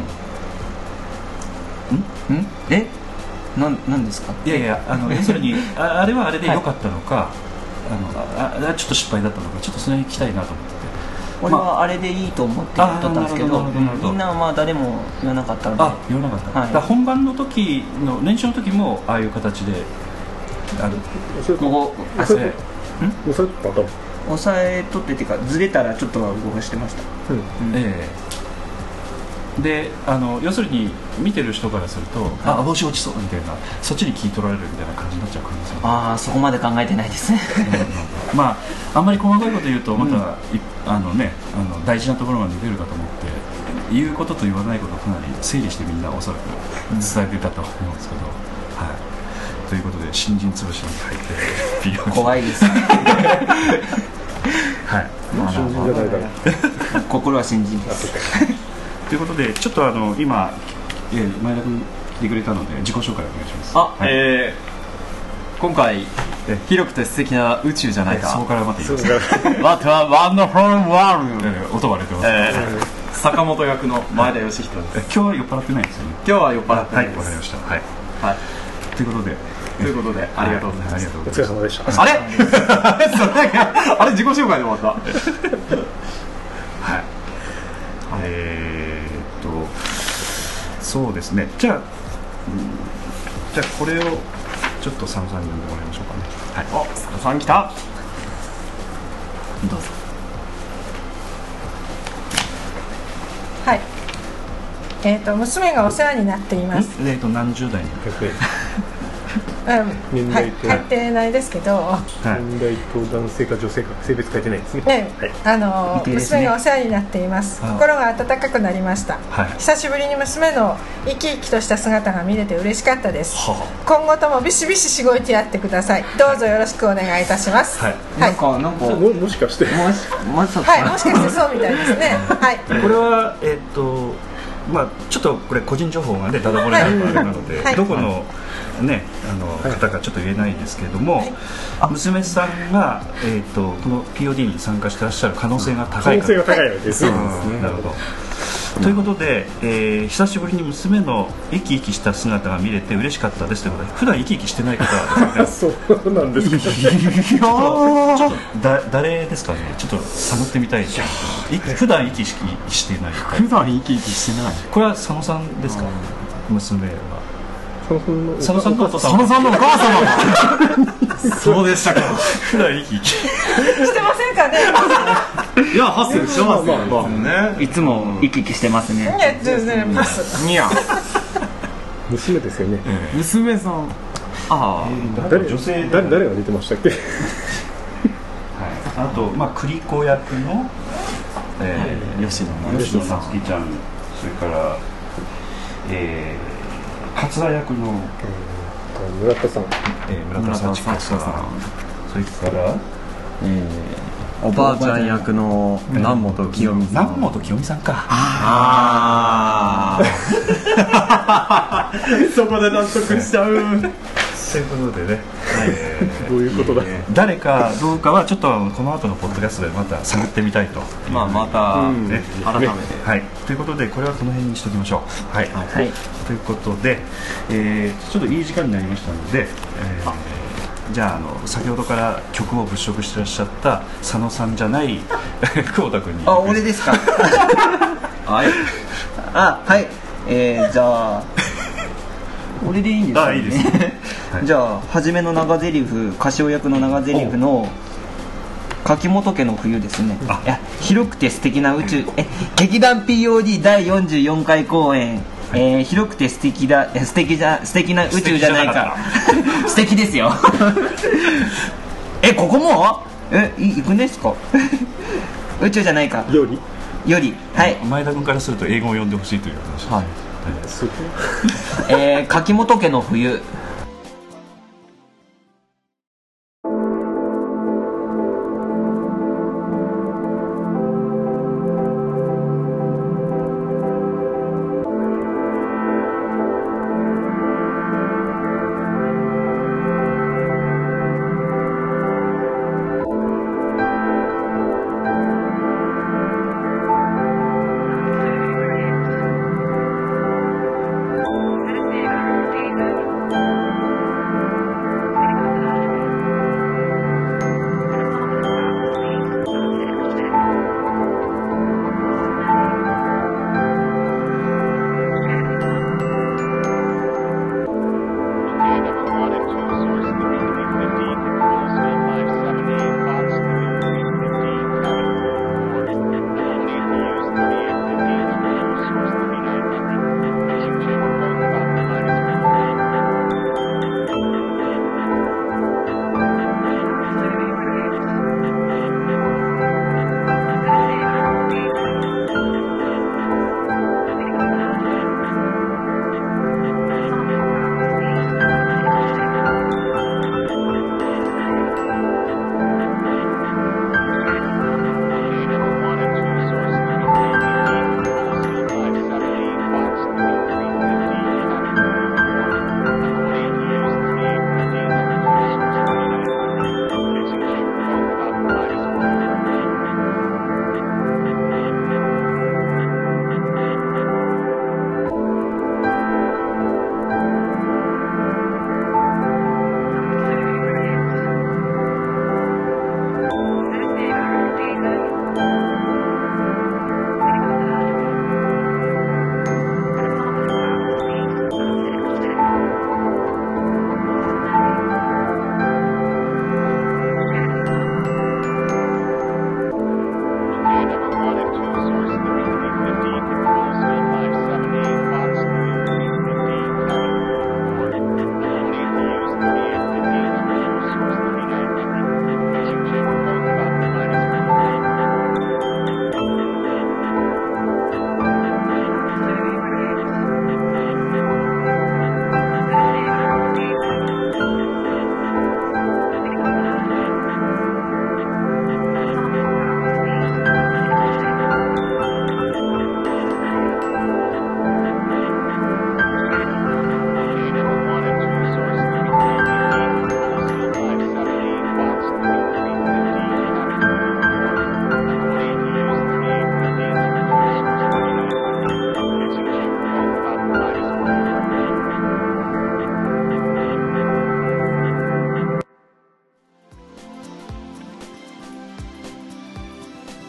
[SPEAKER 4] んんえなんなんですか
[SPEAKER 3] いやいやあ の要するにああれはあれで良かったのか、あのああちょっと失敗だったのかちょっとそれに聞きたいなと思ってて
[SPEAKER 4] 俺はあれでいいと思って言っとったんですけど,、
[SPEAKER 3] あーなるほどなるほど
[SPEAKER 4] みんなはまあ誰も言わなかったので
[SPEAKER 3] あ言わなかった、
[SPEAKER 4] はい
[SPEAKER 3] だから本番の時の練習の時もああいう形であの
[SPEAKER 6] それとも
[SPEAKER 4] ここ
[SPEAKER 3] あそれ
[SPEAKER 6] それとも
[SPEAKER 4] 押さえとってっていうかずれたらちょっとは動かしてました
[SPEAKER 6] うん
[SPEAKER 3] ええであの要するに見てる人からすると、あ帽子落ちそうみたいなそっちに聞い取られるみたいな感じになっちゃう可能性も
[SPEAKER 4] ああそこまで考えてないですね
[SPEAKER 3] まああんまり細かいこと言うとまた、いあのねあの大事なところまで出るかと思って言うことと言わないことをかなり整理してみんなおそらく伝えてたと思うんですけど、はいということで新人潰しに入って POD
[SPEAKER 4] 怖いですね
[SPEAKER 3] はいまあ
[SPEAKER 6] 新人じゃないだろう
[SPEAKER 4] 心は新人です
[SPEAKER 3] ということでちょっとあの今、えー前田君来てくれたので自己紹介お願いします
[SPEAKER 7] あ、
[SPEAKER 3] はい
[SPEAKER 7] えー今回
[SPEAKER 3] え
[SPEAKER 7] 広くて素敵な宇宙じゃない
[SPEAKER 3] そこ
[SPEAKER 7] か
[SPEAKER 3] からまた言います
[SPEAKER 7] What a wonderful
[SPEAKER 3] え
[SPEAKER 7] world
[SPEAKER 3] ー音割れてます、
[SPEAKER 7] えー坂本役の前田義人です
[SPEAKER 3] 今日は酔っ払ってないですよね
[SPEAKER 7] 今日は酔っ払って
[SPEAKER 3] は
[SPEAKER 7] ないいで
[SPEAKER 3] わかりますしたはい
[SPEAKER 7] はい
[SPEAKER 3] ということで
[SPEAKER 7] ということでありがとうございま
[SPEAKER 3] あり
[SPEAKER 7] す
[SPEAKER 3] がとう
[SPEAKER 6] お
[SPEAKER 3] ご
[SPEAKER 6] 疲
[SPEAKER 3] ざ
[SPEAKER 6] れ
[SPEAKER 3] います
[SPEAKER 6] 様でした
[SPEAKER 7] あれそれ があれ自己紹介で終わった
[SPEAKER 3] はいえーっとそうですねじゃあ、うんじゃあこれをちょっと佐野さんに読んでもらいましょうかねはい
[SPEAKER 7] お佐野さん来た
[SPEAKER 3] どうぞ
[SPEAKER 5] はいえー、と娘がお世話になっています、
[SPEAKER 3] えーっと何十代に
[SPEAKER 5] うん
[SPEAKER 6] 年
[SPEAKER 5] は
[SPEAKER 6] 代
[SPEAKER 5] い、
[SPEAKER 6] と
[SPEAKER 5] 入ってないですけど、
[SPEAKER 3] はい
[SPEAKER 6] 年代と男性か女性か性別書いてないですね
[SPEAKER 5] ね
[SPEAKER 6] はい
[SPEAKER 5] あの
[SPEAKER 4] いてですね
[SPEAKER 5] 娘がお世話になっています
[SPEAKER 3] ああ
[SPEAKER 5] 心が温かくなりました
[SPEAKER 3] はい
[SPEAKER 5] 久しぶりに娘の生き生きとした姿が見れて嬉しかったです今後ともビシビシしごいてやってくださいどうぞよろしくお願いいたします
[SPEAKER 3] はい
[SPEAKER 5] は
[SPEAKER 4] ないん、かなんかも
[SPEAKER 6] ももしかして
[SPEAKER 4] しまさか、
[SPEAKER 5] はい、もしかしてそうみたいですねはい
[SPEAKER 3] これはえーっとまあちょっとこれ個人情報がねダダ漏れなのがあれなので、
[SPEAKER 5] はい
[SPEAKER 3] どこのねあの方かちょっと言えないですけれども、娘さんがえーっとこの POD に参加してらっしゃる可能性が
[SPEAKER 6] 可
[SPEAKER 3] 高い
[SPEAKER 6] 能
[SPEAKER 3] 方
[SPEAKER 6] 性が高いわけですね
[SPEAKER 3] うんなるほど。ということで、えー久しぶりに娘の生き生きした姿が見れて嬉しかったですということで普段生き生きしてない方はですね
[SPEAKER 6] そうなんですか
[SPEAKER 3] ちょっとだ誰ですかねちょっと探ってみたいですい普段生き生きしてない方
[SPEAKER 7] 普段生き生きしてない
[SPEAKER 3] これは佐野さんですか娘は
[SPEAKER 6] その辺の
[SPEAKER 3] 佐野さんのお父さん
[SPEAKER 7] 佐野さんのお母様だそうでした か
[SPEAKER 3] 普段生き生き
[SPEAKER 5] してませんかね
[SPEAKER 7] いやハッスルしてます
[SPEAKER 6] まあまあ
[SPEAKER 7] ね
[SPEAKER 4] いつも生き生きしてますね
[SPEAKER 5] いや 全然パス
[SPEAKER 7] ニャ
[SPEAKER 6] 娘ですよね
[SPEAKER 7] 娘さんあ
[SPEAKER 6] 誰女性誰誰が出てましたっけ
[SPEAKER 3] あと、まあ、栗子役の、えー
[SPEAKER 7] あ吉野の
[SPEAKER 3] 吉野さつきちゃんそれから、えー、桂役の、
[SPEAKER 6] 村田さん
[SPEAKER 3] えー、村田幸子さんそれから
[SPEAKER 7] おばあちゃん役の南本清美さん
[SPEAKER 3] 南本清美さんか
[SPEAKER 7] ああそこで納得しちゃう
[SPEAKER 3] そういうことでね、え
[SPEAKER 6] どういうことだ
[SPEAKER 3] ー誰かどうかはちょっとこの後のポッドキャストでまた探ってみたいと
[SPEAKER 7] まあまた
[SPEAKER 3] ね
[SPEAKER 7] 改めて
[SPEAKER 3] はい、ということでこれはこの辺にしときましょうはい、
[SPEAKER 4] はい
[SPEAKER 3] ということで、えーちょっといい時間になりましたので、えーじゃああの先ほどから曲を物色してらっしゃった佐野さんじゃない 久保田君に
[SPEAKER 4] あ俺ですか
[SPEAKER 7] はい
[SPEAKER 4] あはいえー、じゃあ俺でいいんですか、
[SPEAKER 3] あ
[SPEAKER 4] ね、
[SPEAKER 3] いいですねはい
[SPEAKER 4] じゃあ初めの長台詞歌唱役の長台詞の柿本家の冬ですね
[SPEAKER 3] あ
[SPEAKER 4] いや広くて素敵な宇宙え劇団 POD 第44回公演、えー広くて素敵だえ素敵じゃ素敵な宇宙じゃないか 素敵ですよえここもえい行くん ですか宇宙じゃないか
[SPEAKER 6] より
[SPEAKER 4] よりはい
[SPEAKER 3] 前田君からすると英語を読んでほしいという話
[SPEAKER 4] はい
[SPEAKER 6] そこ
[SPEAKER 4] えー、柿本家の冬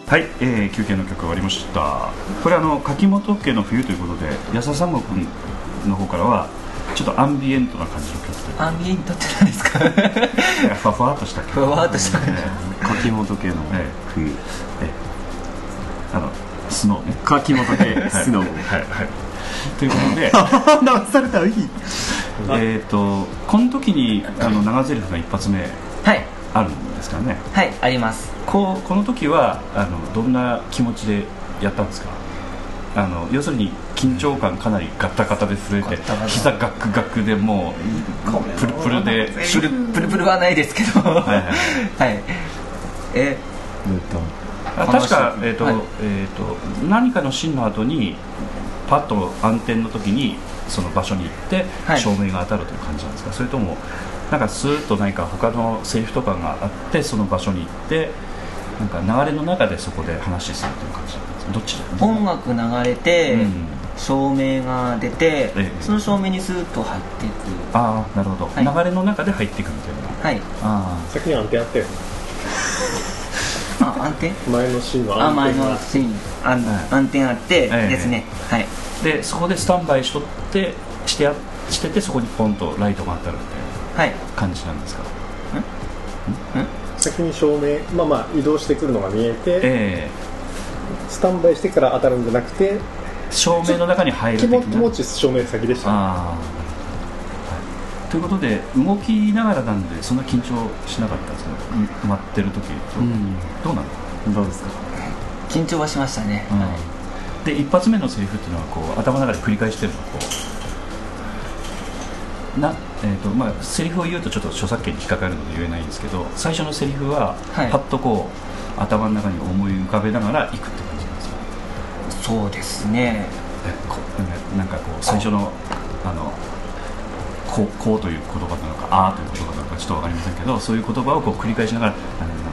[SPEAKER 3] はい、えー休憩の曲終わりましたこれあの柿本家の冬ということで安田三悟君の方からはちょっとアンビエントな感じの曲というか
[SPEAKER 4] アンビエントって何です か
[SPEAKER 3] ふわふわっとした曲
[SPEAKER 4] ふわっとした感じ
[SPEAKER 3] え
[SPEAKER 7] 柿本系の
[SPEAKER 3] ーえ
[SPEAKER 7] 冬
[SPEAKER 3] ーえーあのスノーね
[SPEAKER 7] 柿本系スノー
[SPEAKER 3] はいはいということ
[SPEAKER 7] 流
[SPEAKER 3] で
[SPEAKER 7] されたいい
[SPEAKER 3] えっとこの時にあの長ゼリフが一発目
[SPEAKER 4] はい
[SPEAKER 3] あるんですかね
[SPEAKER 4] はいあります
[SPEAKER 3] こうこの時はあのどんな気持ちでやったんですかあの要するに緊張感かなりガタガタで震えて膝ガクガクでもうプルプルで
[SPEAKER 4] プルプルプルはないですけどはい
[SPEAKER 3] はい
[SPEAKER 4] え
[SPEAKER 3] あ確か
[SPEAKER 4] 話して
[SPEAKER 3] えっ、と,、
[SPEAKER 4] はい
[SPEAKER 3] えっと何かのシーンの後にパッと暗転の時にその場所に行って
[SPEAKER 4] はい
[SPEAKER 3] 照明が当たるという感じなんですか、それともなんかスーッと何か他のセリフとかがあってその場所に行ってなんか流れの中でそこで話するという感じなんですかどっちだ
[SPEAKER 4] 音楽流れて、
[SPEAKER 3] うん
[SPEAKER 4] 照明が出て、
[SPEAKER 3] ええ
[SPEAKER 4] その照明にスーッと入っていく
[SPEAKER 3] ああなるほど、
[SPEAKER 4] はい
[SPEAKER 3] 流れの中で入っていくみたいな
[SPEAKER 4] はい
[SPEAKER 3] あ
[SPEAKER 6] 先に暗転あったよね
[SPEAKER 4] あ安定
[SPEAKER 6] 前のシーンの
[SPEAKER 4] あ
[SPEAKER 6] 暗
[SPEAKER 4] 前
[SPEAKER 6] 転
[SPEAKER 4] の
[SPEAKER 6] が
[SPEAKER 4] シーンあ
[SPEAKER 3] は
[SPEAKER 4] ん
[SPEAKER 3] い
[SPEAKER 4] 暗転あって
[SPEAKER 3] ええ
[SPEAKER 4] ですね、はい
[SPEAKER 3] あでそこでスタンバイしとってしてやしててそこにポンとライトが当たるみたい
[SPEAKER 4] は
[SPEAKER 3] な
[SPEAKER 4] い
[SPEAKER 3] 感じなんですか
[SPEAKER 6] 先に照明まあまあ移動してくるのが見えて
[SPEAKER 3] え
[SPEAKER 6] スタンバイしてから当たるんじゃなくて
[SPEAKER 3] え照明の中に入る
[SPEAKER 6] 気
[SPEAKER 3] 的
[SPEAKER 6] 持
[SPEAKER 3] な
[SPEAKER 6] 気持ち照明先でした
[SPEAKER 3] ああ、はい、ということで動きながらなんでそんな緊張しなかったんですけど埋まってる時どう,、どうなの、
[SPEAKER 7] どうですか
[SPEAKER 4] 緊張はしましたね、はい
[SPEAKER 3] で一発目のセリフっていうのはこう頭の中で繰り返してるのこうなえーとまあ、セリフを言うとちょっと著作権に引っかかるので言えないんですけど最初のセリフは
[SPEAKER 4] はい
[SPEAKER 3] パッとこう、頭の中に思い浮かべながら行くって感じなんですよ
[SPEAKER 4] そうですね
[SPEAKER 3] えこなんかこう最初のあのこうこうという言葉なのかああという言葉なのかちょっとわかりませんけどそういう言葉をこう繰り返しながらあのなんか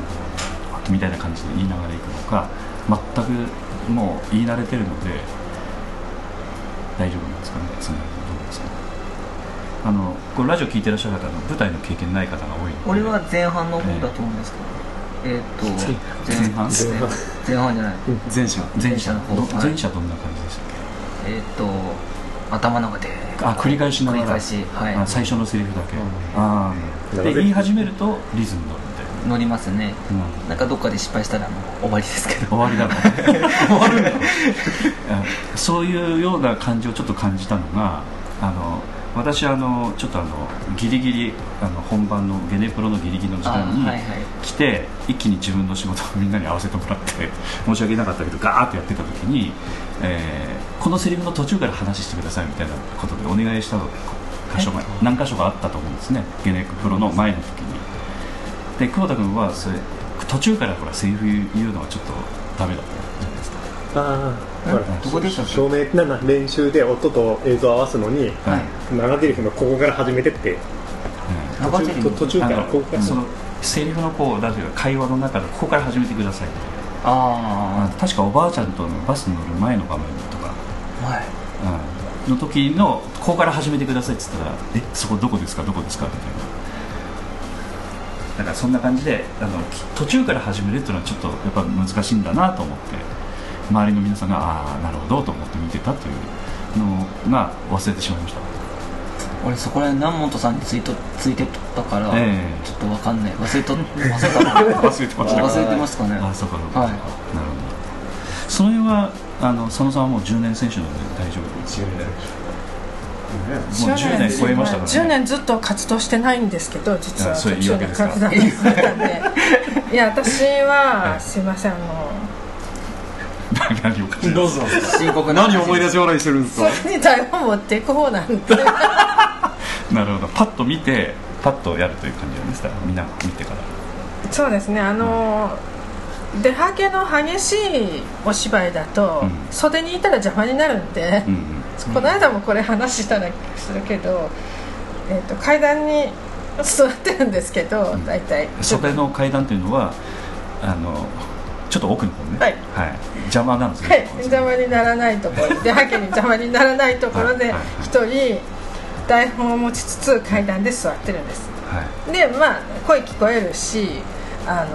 [SPEAKER 3] みたいな感じで言いながらいくのか全くもう言い慣れてるので大丈夫なんですかねそのどうですかあのこれラジオ聞いてらっしゃる方の舞台の経験ない方が多いので
[SPEAKER 4] 俺は前半の方だと思うんですけど、えーっと
[SPEAKER 3] 前半
[SPEAKER 4] ですね前半じゃない
[SPEAKER 7] 前者
[SPEAKER 3] 前者
[SPEAKER 4] 前者の方
[SPEAKER 3] ど前者どんな感じでしたっ
[SPEAKER 4] えーっと頭の中で
[SPEAKER 3] けあ繰り返しなが
[SPEAKER 4] 繰り
[SPEAKER 3] ら
[SPEAKER 4] 返し、はい
[SPEAKER 3] あ、最初のセリフだけ、ああで言い始めるとリズムに乗るみたい
[SPEAKER 4] 乗りますね
[SPEAKER 3] な、
[SPEAKER 4] なんかどっかで失敗したらもう終わりですけど
[SPEAKER 3] 終わりだろ終わるん だろあそういうような感じをちょっと感じたのがあの私あのちょっとあのギリギリあの本番のゲネプロのギリギリの時間に
[SPEAKER 4] あはいはい
[SPEAKER 3] 来て、一気に自分の仕事をみんなに合わせてもらって申し訳なかったけどガーッとやってた時に、えーこのセリフの途中から話してくださいみたいなことでお願いしたの箇所が何箇所かあったと思うんですねゲネプロの前の時に。で久保田君はそれ途中からほらセリフ言うのはちょっとダメだったじゃないですか
[SPEAKER 6] ああほら
[SPEAKER 4] どこでしたっけ
[SPEAKER 6] 照明なんだ練習で音と映像を合わすの
[SPEAKER 4] は
[SPEAKER 6] に
[SPEAKER 4] い
[SPEAKER 6] 長ゼリフのここから始めてって
[SPEAKER 4] アバ
[SPEAKER 6] 途
[SPEAKER 4] テリ
[SPEAKER 6] 中途中
[SPEAKER 3] あ
[SPEAKER 6] からここから
[SPEAKER 3] のそのセリフのこうなんていうか会話の中でここから始めてください
[SPEAKER 4] あ
[SPEAKER 3] 確かおばあちゃんとのバスに乗る前の場面とか、
[SPEAKER 4] あはい
[SPEAKER 3] うんの時のここから始めてくださいっつったら「えそこどこですかどこですか?」みたいなだからそんな感じであのき途中から始めるっていうのはちょっとやっぱ難しいんだなと思って周りの皆さんが「ああなるほど」と思って見てたというのが忘れてしまいました
[SPEAKER 4] 俺そこら辺南本さんについとついてったから、
[SPEAKER 3] ええ
[SPEAKER 4] ちょっとわかんない忘れと忘れたな
[SPEAKER 3] 忘れてました
[SPEAKER 4] 忘れてますかね
[SPEAKER 3] あそうかそうか、
[SPEAKER 4] はい
[SPEAKER 3] なるほどその辺はあの佐野さんはもう10年選手なので大丈夫ですもう10年超えましたからね
[SPEAKER 5] 10年ずっと活動してないんですけど実は
[SPEAKER 3] あそれ言
[SPEAKER 5] 途
[SPEAKER 3] い訳
[SPEAKER 5] 中で
[SPEAKER 3] ですか
[SPEAKER 5] 活動してたんで いや私はすいませんあの
[SPEAKER 3] 何をかしら
[SPEAKER 7] うぞ
[SPEAKER 4] 深刻な
[SPEAKER 7] 何思い出し笑いしてるんです
[SPEAKER 5] そ
[SPEAKER 7] か
[SPEAKER 5] れに台本持っていく方なんで
[SPEAKER 3] なるほどパッと見てパッとやるという感じなんですかみんな見てから
[SPEAKER 5] そうですねあの出はけの激しいお芝居だと、
[SPEAKER 3] うん
[SPEAKER 5] 袖にいたら邪魔になるんで、
[SPEAKER 3] うんうん
[SPEAKER 5] この間もこれ話したらするけど、えっと階段に座ってるんですけど、大体
[SPEAKER 3] 袖の階段というのはあのちょっと奥の方ね
[SPEAKER 5] はい
[SPEAKER 3] 邪魔なんですよ、
[SPEAKER 5] はい、邪魔にならないところではけに邪魔にならないところ
[SPEAKER 3] は
[SPEAKER 5] で
[SPEAKER 3] いはい
[SPEAKER 5] 一人台本を持ちつつ階段で座ってるんです
[SPEAKER 3] はい
[SPEAKER 5] でまあ声聞こえるしあの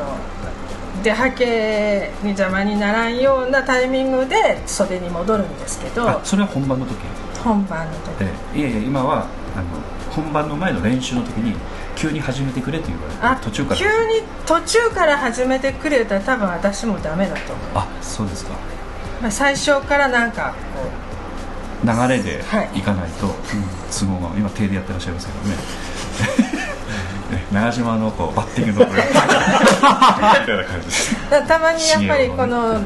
[SPEAKER 5] 出はけに邪魔にならんようなタイミングで袖に戻るんですけど
[SPEAKER 3] あそれは本番の時
[SPEAKER 5] 本番の時
[SPEAKER 3] ええいやいや今はあの本番の前の練習の時に急に始めてくれと言われ
[SPEAKER 5] あ
[SPEAKER 3] て途中から
[SPEAKER 5] 急に途中から始めてくれたら多分私もダメだと思
[SPEAKER 3] あそうですか
[SPEAKER 5] う、まあ、最初からなんかこう
[SPEAKER 3] 流れで
[SPEAKER 5] はい
[SPEAKER 3] 行かないと、うん都合が今手でやってらっしゃいますけどね ね長島のこうバッティングのこ れ みたいな感じです
[SPEAKER 5] だたまにやっぱりこ
[SPEAKER 3] 知恵を
[SPEAKER 5] の
[SPEAKER 3] ね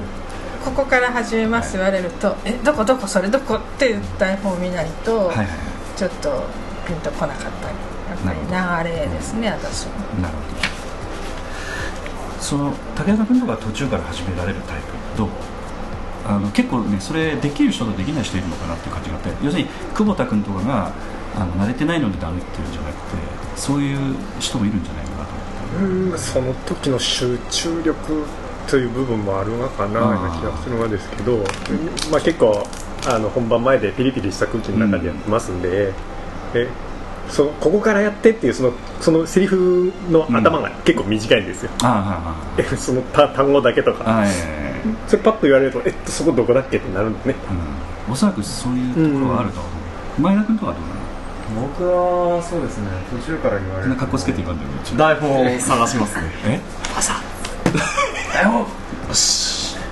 [SPEAKER 5] ここから始めます言われると「えどこどこそれどこ?」っていう台本を見ないと
[SPEAKER 3] はいはいは
[SPEAKER 5] ちょっとピンとこなかったりやっぱり流れですね私も
[SPEAKER 3] いなるほどその武田君とか途中から始められるタイプどうあの結構ねそれできる人とできない人いるのかなっていう感じがあって要するに久保田君とかがあの慣れてないのでダメっていうんじゃなくてそういう人もいるんじゃないかなと思って
[SPEAKER 6] うんその時の集中力という部分もあるのかなような気がするのですけど、まあ、結構あの本番前でピリピリした空気の中でやってますんで、えそのここからやってっていうそのそのセリフの頭が結構短いんですよ、
[SPEAKER 3] ああああ
[SPEAKER 6] その単単語だけとか
[SPEAKER 3] はいはいはい
[SPEAKER 6] それパッと言われるとえっとそこどこだっけってなるんですね
[SPEAKER 3] うんおそらくそういうところはあると思う、前田君とかはどうなの
[SPEAKER 8] 僕はそうですね途中から言わ
[SPEAKER 3] そ
[SPEAKER 8] れ
[SPEAKER 3] ん
[SPEAKER 8] る
[SPEAKER 3] な格好つけていかんでもちょっ
[SPEAKER 8] 台本を探しますね
[SPEAKER 3] とえ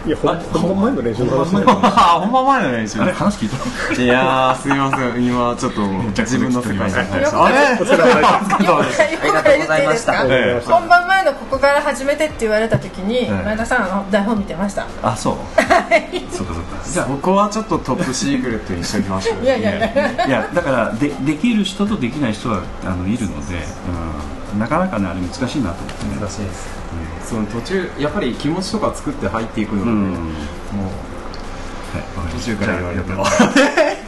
[SPEAKER 6] いやほん本番前の練習の話なんで
[SPEAKER 8] 本番前の練習
[SPEAKER 3] あれ話聞いた
[SPEAKER 8] いやーすみません今ちょっと自分の世界に入りましたあれ
[SPEAKER 6] それは
[SPEAKER 5] 今から言っていいですか
[SPEAKER 4] ありがとうござい
[SPEAKER 3] え
[SPEAKER 4] ました
[SPEAKER 3] え
[SPEAKER 5] 本番前のここから始めてって言われた時に
[SPEAKER 3] はい
[SPEAKER 5] 前田さんあの台本見てました
[SPEAKER 3] あそうそうかそうかじゃ
[SPEAKER 8] 僕はちょっとトップシークレットにしておき ましょう
[SPEAKER 5] いやい
[SPEAKER 3] あい
[SPEAKER 5] やいや
[SPEAKER 3] やいやだからでできる人とできない人はあのいるので、うん、なかなかねあれ難しいなと思ってね
[SPEAKER 8] 難しいですその途中やっぱり気持ちとか作って入っていくので、
[SPEAKER 3] うん
[SPEAKER 8] もう
[SPEAKER 3] はいわりま
[SPEAKER 8] 途
[SPEAKER 3] した
[SPEAKER 8] 中から言われて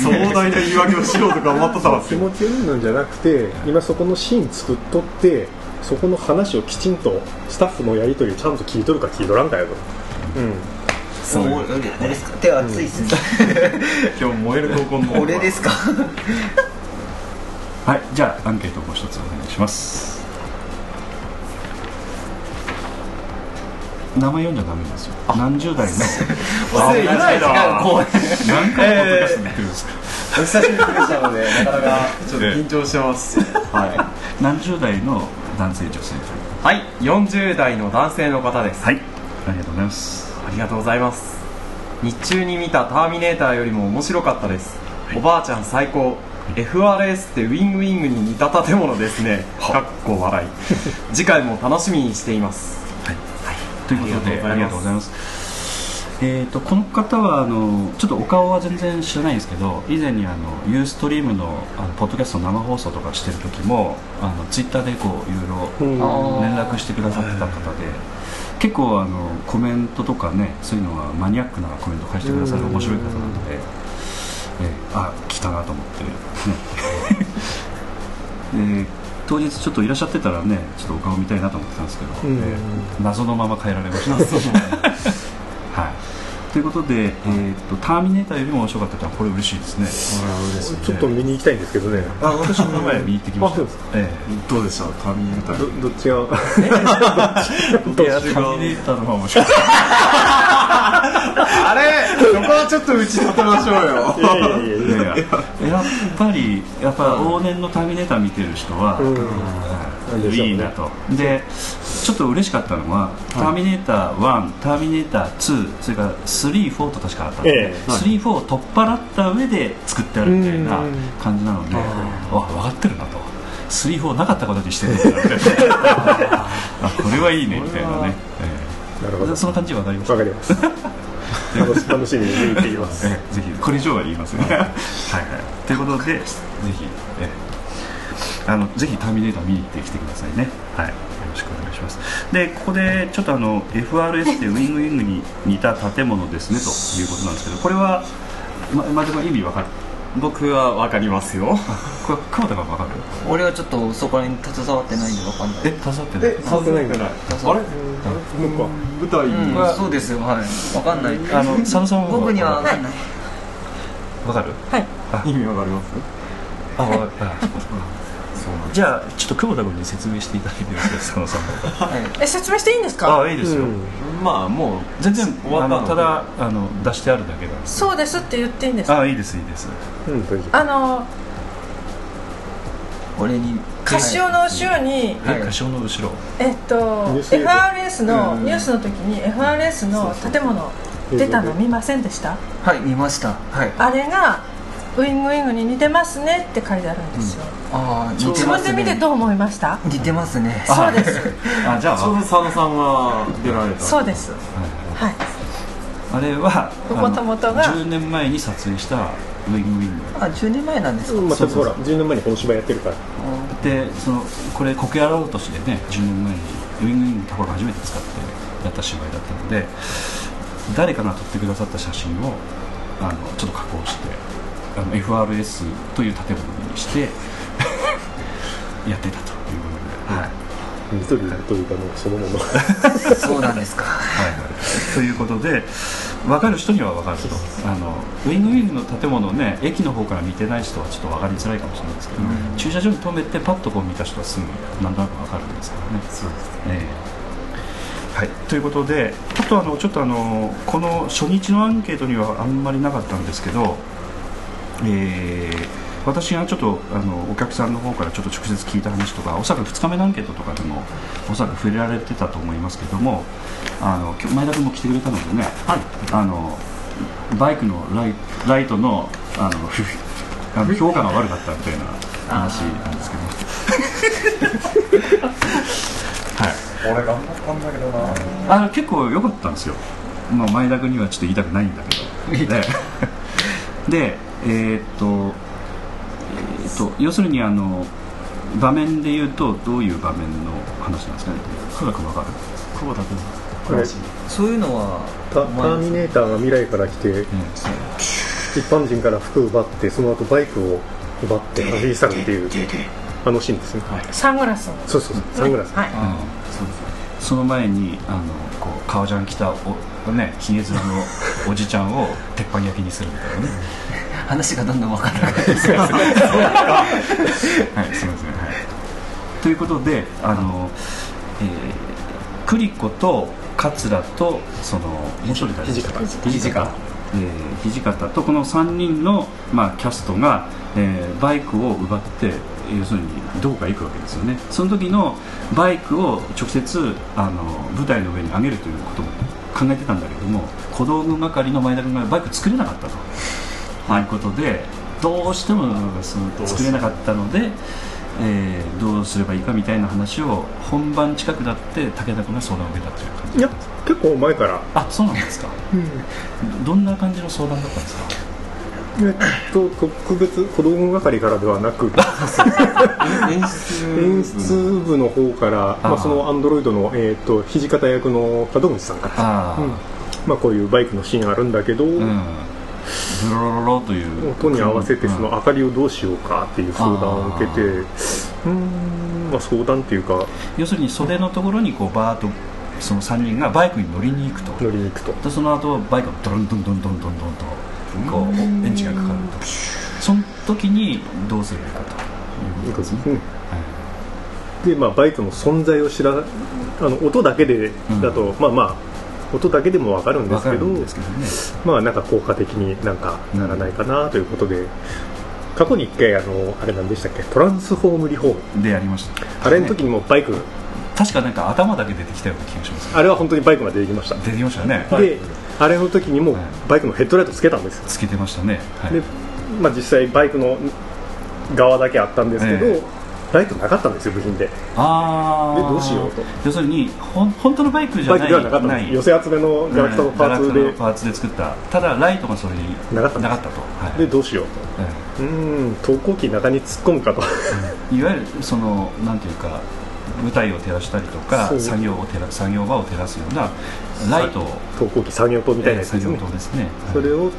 [SPEAKER 3] じゃあ
[SPEAKER 8] も壮大な言い訳をしようとか思ってたんで
[SPEAKER 6] 気
[SPEAKER 8] すけど
[SPEAKER 6] 持ちうんぬんじゃなくて今そこのシーン作っとってそこの話をきちんとスタッフのやり取りをちゃんと聞いとるか聞いとらんかやと、うん、
[SPEAKER 4] そう俺ですか手熱いっすね
[SPEAKER 8] 今日燃える高校の
[SPEAKER 4] 俺ですか
[SPEAKER 3] はいじゃあアンケートをもう一つお願いします名前読んじゃダメなんですよ何十代の
[SPEAKER 8] 忘れないな
[SPEAKER 4] こ う
[SPEAKER 3] 何回もポッドキャストに出てるんですか
[SPEAKER 8] 久しぶりでしたのでなかなかちょっと緊張してますは
[SPEAKER 3] 何十代の男性女性
[SPEAKER 8] い、はい、40代の男性の方です、
[SPEAKER 3] はいありがとうございます
[SPEAKER 8] ありがとうございます日中に見た「ターミネーター」よりも面白かったです、おばあちゃん最高 FRS ってウィングウィングに似た建物ですねかっこ笑い次回も楽しみにしています
[SPEAKER 3] ということであ
[SPEAKER 8] あ
[SPEAKER 3] り
[SPEAKER 8] り
[SPEAKER 3] がとう
[SPEAKER 8] がとう
[SPEAKER 3] ご
[SPEAKER 8] ご
[SPEAKER 3] ざ
[SPEAKER 8] ざ
[SPEAKER 3] い
[SPEAKER 8] い
[SPEAKER 3] ますえー、とこの方はあのちょっとお顔は全然知らないんですけど以前にあのユーストリームのあのポッドキャストの生放送とかしてる時もあのツイッターでこういろいろ連絡してくださってた方で結構あのコメントとかねそういうのはマニアックなコメントを返してくださる面白い方なので、えーあ来たなと思って、ねえー当日ちょっといらっしゃってたらねちょっとお顔見たいなと思ってたんですけど、
[SPEAKER 6] うん
[SPEAKER 3] えー謎のまま変えられました。はいということで、えーと「ターミネーター」よりも面白かったとはこれ嬉しいですね
[SPEAKER 6] ちょっと見に行きたいんですけどね
[SPEAKER 3] あ私も名前見に行ってきまし
[SPEAKER 6] あ
[SPEAKER 3] た
[SPEAKER 6] そうですか
[SPEAKER 3] え
[SPEAKER 8] どうでしたターミネータ
[SPEAKER 6] どどっちが
[SPEAKER 8] いや
[SPEAKER 3] えターミネーターの方が面白い
[SPEAKER 8] あれそこはちょっと打ち立てましょうよ
[SPEAKER 6] いやいやいやい
[SPEAKER 3] い
[SPEAKER 6] や
[SPEAKER 3] やいややっぱりやっぱ往年の「ターミネーター」見てる人は、
[SPEAKER 6] うん
[SPEAKER 3] はいいいなとでちょっと嬉しかったのは「ターミネーター1」「ターミネーター2」それから「3」「4」と確かあったんで
[SPEAKER 6] え
[SPEAKER 3] 「3」「4」を取っ払った上で作ってあるみたいな感じなのであ分かってるなと「3」「4」なかったことにしてるんだ なみたいなあこれはいいねみたいなね、
[SPEAKER 6] なる
[SPEAKER 3] え
[SPEAKER 6] ほ
[SPEAKER 3] え
[SPEAKER 6] ど
[SPEAKER 3] その感じ分かりました
[SPEAKER 6] わかります楽し楽しみに見に行ってき ます
[SPEAKER 3] ええぜひこれ以上は言いませんはいはいということでぜひ、ええあのぜひターミネーター見に行ってきてくださいねはいよろしくお願いしますでここでちょっとあの FRS ってウィングウィングに似た建物ですねということなんですけどこれはままでも意味わかる
[SPEAKER 8] 僕は分かりますよ
[SPEAKER 3] これ久保田がわかる
[SPEAKER 4] 俺はちょっとそこら辺携わってないんでわかんない
[SPEAKER 3] え刺さってない
[SPEAKER 6] 触ってないんだな
[SPEAKER 8] あれ
[SPEAKER 6] 向こ
[SPEAKER 8] 舞台に
[SPEAKER 4] うんそうですよはいわかんない
[SPEAKER 3] あの佐野さんは
[SPEAKER 4] 僕にはわかんない
[SPEAKER 3] わかる
[SPEAKER 8] 意味わかります
[SPEAKER 3] あわかるあ
[SPEAKER 8] そそうなんです
[SPEAKER 3] じゃあちょっと久保田君に説明していただいてよろしいですか佐野さん
[SPEAKER 5] え説明していいんです
[SPEAKER 3] あ
[SPEAKER 5] か
[SPEAKER 3] あいいですよ、
[SPEAKER 8] まあもう
[SPEAKER 3] 全然
[SPEAKER 8] 終わった
[SPEAKER 3] あ
[SPEAKER 8] の
[SPEAKER 3] の
[SPEAKER 8] で
[SPEAKER 3] ただあの出してあるだけなんです
[SPEAKER 5] そうですって言っていいんですか
[SPEAKER 3] ああいいですいいです
[SPEAKER 6] うん大丈夫
[SPEAKER 5] あの
[SPEAKER 4] 俺に
[SPEAKER 5] カシオの後ろに、
[SPEAKER 3] え歌唱の後ろ
[SPEAKER 5] えっと
[SPEAKER 6] ニュース映像
[SPEAKER 5] FRS のニュースの時に FRS の建物出たの見ませんでした
[SPEAKER 4] はい見ましたはい
[SPEAKER 5] あれがウイングウイングに似てますねって書いてあるんですよ、
[SPEAKER 4] ああ似て
[SPEAKER 5] 自
[SPEAKER 4] ま
[SPEAKER 5] 分です見て
[SPEAKER 4] ね
[SPEAKER 5] どう思いました
[SPEAKER 4] 似てますね
[SPEAKER 5] そうです
[SPEAKER 3] あじゃ
[SPEAKER 8] ちょうど
[SPEAKER 3] あ
[SPEAKER 8] 佐野さんが出られた
[SPEAKER 5] そうですはい
[SPEAKER 3] あれはあの
[SPEAKER 5] もともとが
[SPEAKER 3] 10年前に撮影したウィングウィング
[SPEAKER 4] あ10年前なんですか
[SPEAKER 6] またほら10年前にこの芝居やってるから
[SPEAKER 3] でそのこれ苔洗うとしてね10年前にウィングウィングのところを初めて使ってやった芝居だったので誰かが撮ってくださった写真をあのちょっと加工してあの FRS という建物にして やってたということで、はい
[SPEAKER 6] 緑というかもうそのもの
[SPEAKER 4] そうなんですか
[SPEAKER 3] はいはい、ということで分かる人には分かるとあのウィングウィングの建物をね駅の方から見てない人はちょっと分かりづらいかもしれないですけど、駐車場に止めてパッとこう見た人はすぐなんとなく分かるんですからね。そうですね、はい、ということであとあのちょっとあのこの初日のアンケートにはあんまりなかったんですけど、えー私がちょっとあのお客さんの方からちょっと直接聞いた話とかおそらく2日目のアンケートとかでもおそらく触れられてたと思いますけどもあの今日前田君も来てくれたのでね、あのバイクのライライトのあのふあの評価が悪かったみたいな話なんですけどはい
[SPEAKER 8] 俺頑張ったんだけどな
[SPEAKER 3] あ結構良かったんですよ、まあ、前田君にはちょっと言いたくないんだけどででえーっと,、えーっと要するにあの場面で言うとどういう場面の話なんですかね久保田君わかる久保田君
[SPEAKER 6] これ
[SPEAKER 4] そういうのは
[SPEAKER 6] タターミネーターが未来から来て一般人から服を奪ってその後バイクを奪って走り去るっていうあのシーンですね
[SPEAKER 5] サングラスを
[SPEAKER 6] そうそうそうサングラス
[SPEAKER 5] はい
[SPEAKER 3] そうですその前にあのこう革ジャン着たおねひげ面のおじちゃんを鉄板焼きにするみたいなね
[SPEAKER 4] 話がどんどん分から なくなって
[SPEAKER 3] はいすいませんはいということであの、えー、クリコと桂とそのもう一人誰
[SPEAKER 6] 土方
[SPEAKER 3] 土方えー土方とこの3人の、まあ、キャストが、えーバイクを奪って要するにどうか行くわけですよねその時のバイクを直接あの舞台の上に上げるということも考えてたんだけども小道具係の前田君がバイク作れなかったと、い、うことでどうしてもその作れなかったので、えーどうすればいいかみたいな話を本番近くだって武田君が相談を受けたという感じ
[SPEAKER 6] いや結構前から
[SPEAKER 3] あそうなんですか、どんな感じの相談だったんですか
[SPEAKER 6] えっと特別子供係からではなく
[SPEAKER 8] 演出
[SPEAKER 6] 演出部の方からまあ、そのアンドロイドの、えっと土方役の門口さんから、
[SPEAKER 3] ああ、
[SPEAKER 6] まあ、こういうバイクのシーンあるんだけど、
[SPEAKER 3] うん、ブロロロという
[SPEAKER 6] 音に合わせて
[SPEAKER 3] うん
[SPEAKER 6] その明かりをどうしようかっていう相談を受けて
[SPEAKER 3] あ
[SPEAKER 6] うーんまあ相談っていうか
[SPEAKER 3] 要するに袖のところにこうバーッとその3人がバイクに乗りに行くと
[SPEAKER 6] 乗りに行くと
[SPEAKER 3] でその後バイクがドロンドンドンドンドンドンとこうエンジンがかかるとその時にどうすればいいかということですね、
[SPEAKER 6] うんでまあバイクの存在を知らあの音だけでだと、まあまあ音だけでもわかるんで
[SPEAKER 3] わ
[SPEAKER 6] す
[SPEAKER 3] か
[SPEAKER 6] け
[SPEAKER 3] る
[SPEAKER 6] ど
[SPEAKER 3] んですけどね
[SPEAKER 6] まあなんか効果的になんかならないかなということで、過去に一回あのあれなんでしたっけトランスフォームリフォーム
[SPEAKER 3] でやりました
[SPEAKER 6] あれの時にもバイク、
[SPEAKER 3] 確かなんか頭だけ出てきたような気がします
[SPEAKER 6] あれは本当にバイクが出てきました
[SPEAKER 3] 出てきましたよね
[SPEAKER 6] であれの時にも
[SPEAKER 3] はい
[SPEAKER 6] バイクのヘッドライトつけたんですよ
[SPEAKER 3] つけてましたね、はい
[SPEAKER 6] で、まあ、実際バイクの側だけあったんですけど、
[SPEAKER 3] ええ
[SPEAKER 6] ライトなかったんですよ部品で
[SPEAKER 3] あー
[SPEAKER 6] でどうしようと
[SPEAKER 3] 要するにほん本当のバイクじゃ
[SPEAKER 6] バイク
[SPEAKER 3] ない
[SPEAKER 6] ではなかったんです寄せ集めのガラクタのパーツ
[SPEAKER 3] ガラ
[SPEAKER 6] で
[SPEAKER 3] クタのパーツで作ったただライトがそれに
[SPEAKER 6] なかったんです
[SPEAKER 3] と、はい
[SPEAKER 6] でどうしよう
[SPEAKER 3] え
[SPEAKER 6] とうーん投光機中に突っ込むかと
[SPEAKER 3] え いわゆるそのなんていうか舞台を照らしたりとか
[SPEAKER 6] そう
[SPEAKER 3] 作業を照ら作業場を照らすようなライトを
[SPEAKER 6] 投光機産業灯みたいなやつで
[SPEAKER 3] 作
[SPEAKER 6] す
[SPEAKER 3] 業
[SPEAKER 6] ね、
[SPEAKER 3] 灯ですね
[SPEAKER 6] それ
[SPEAKER 3] を
[SPEAKER 6] を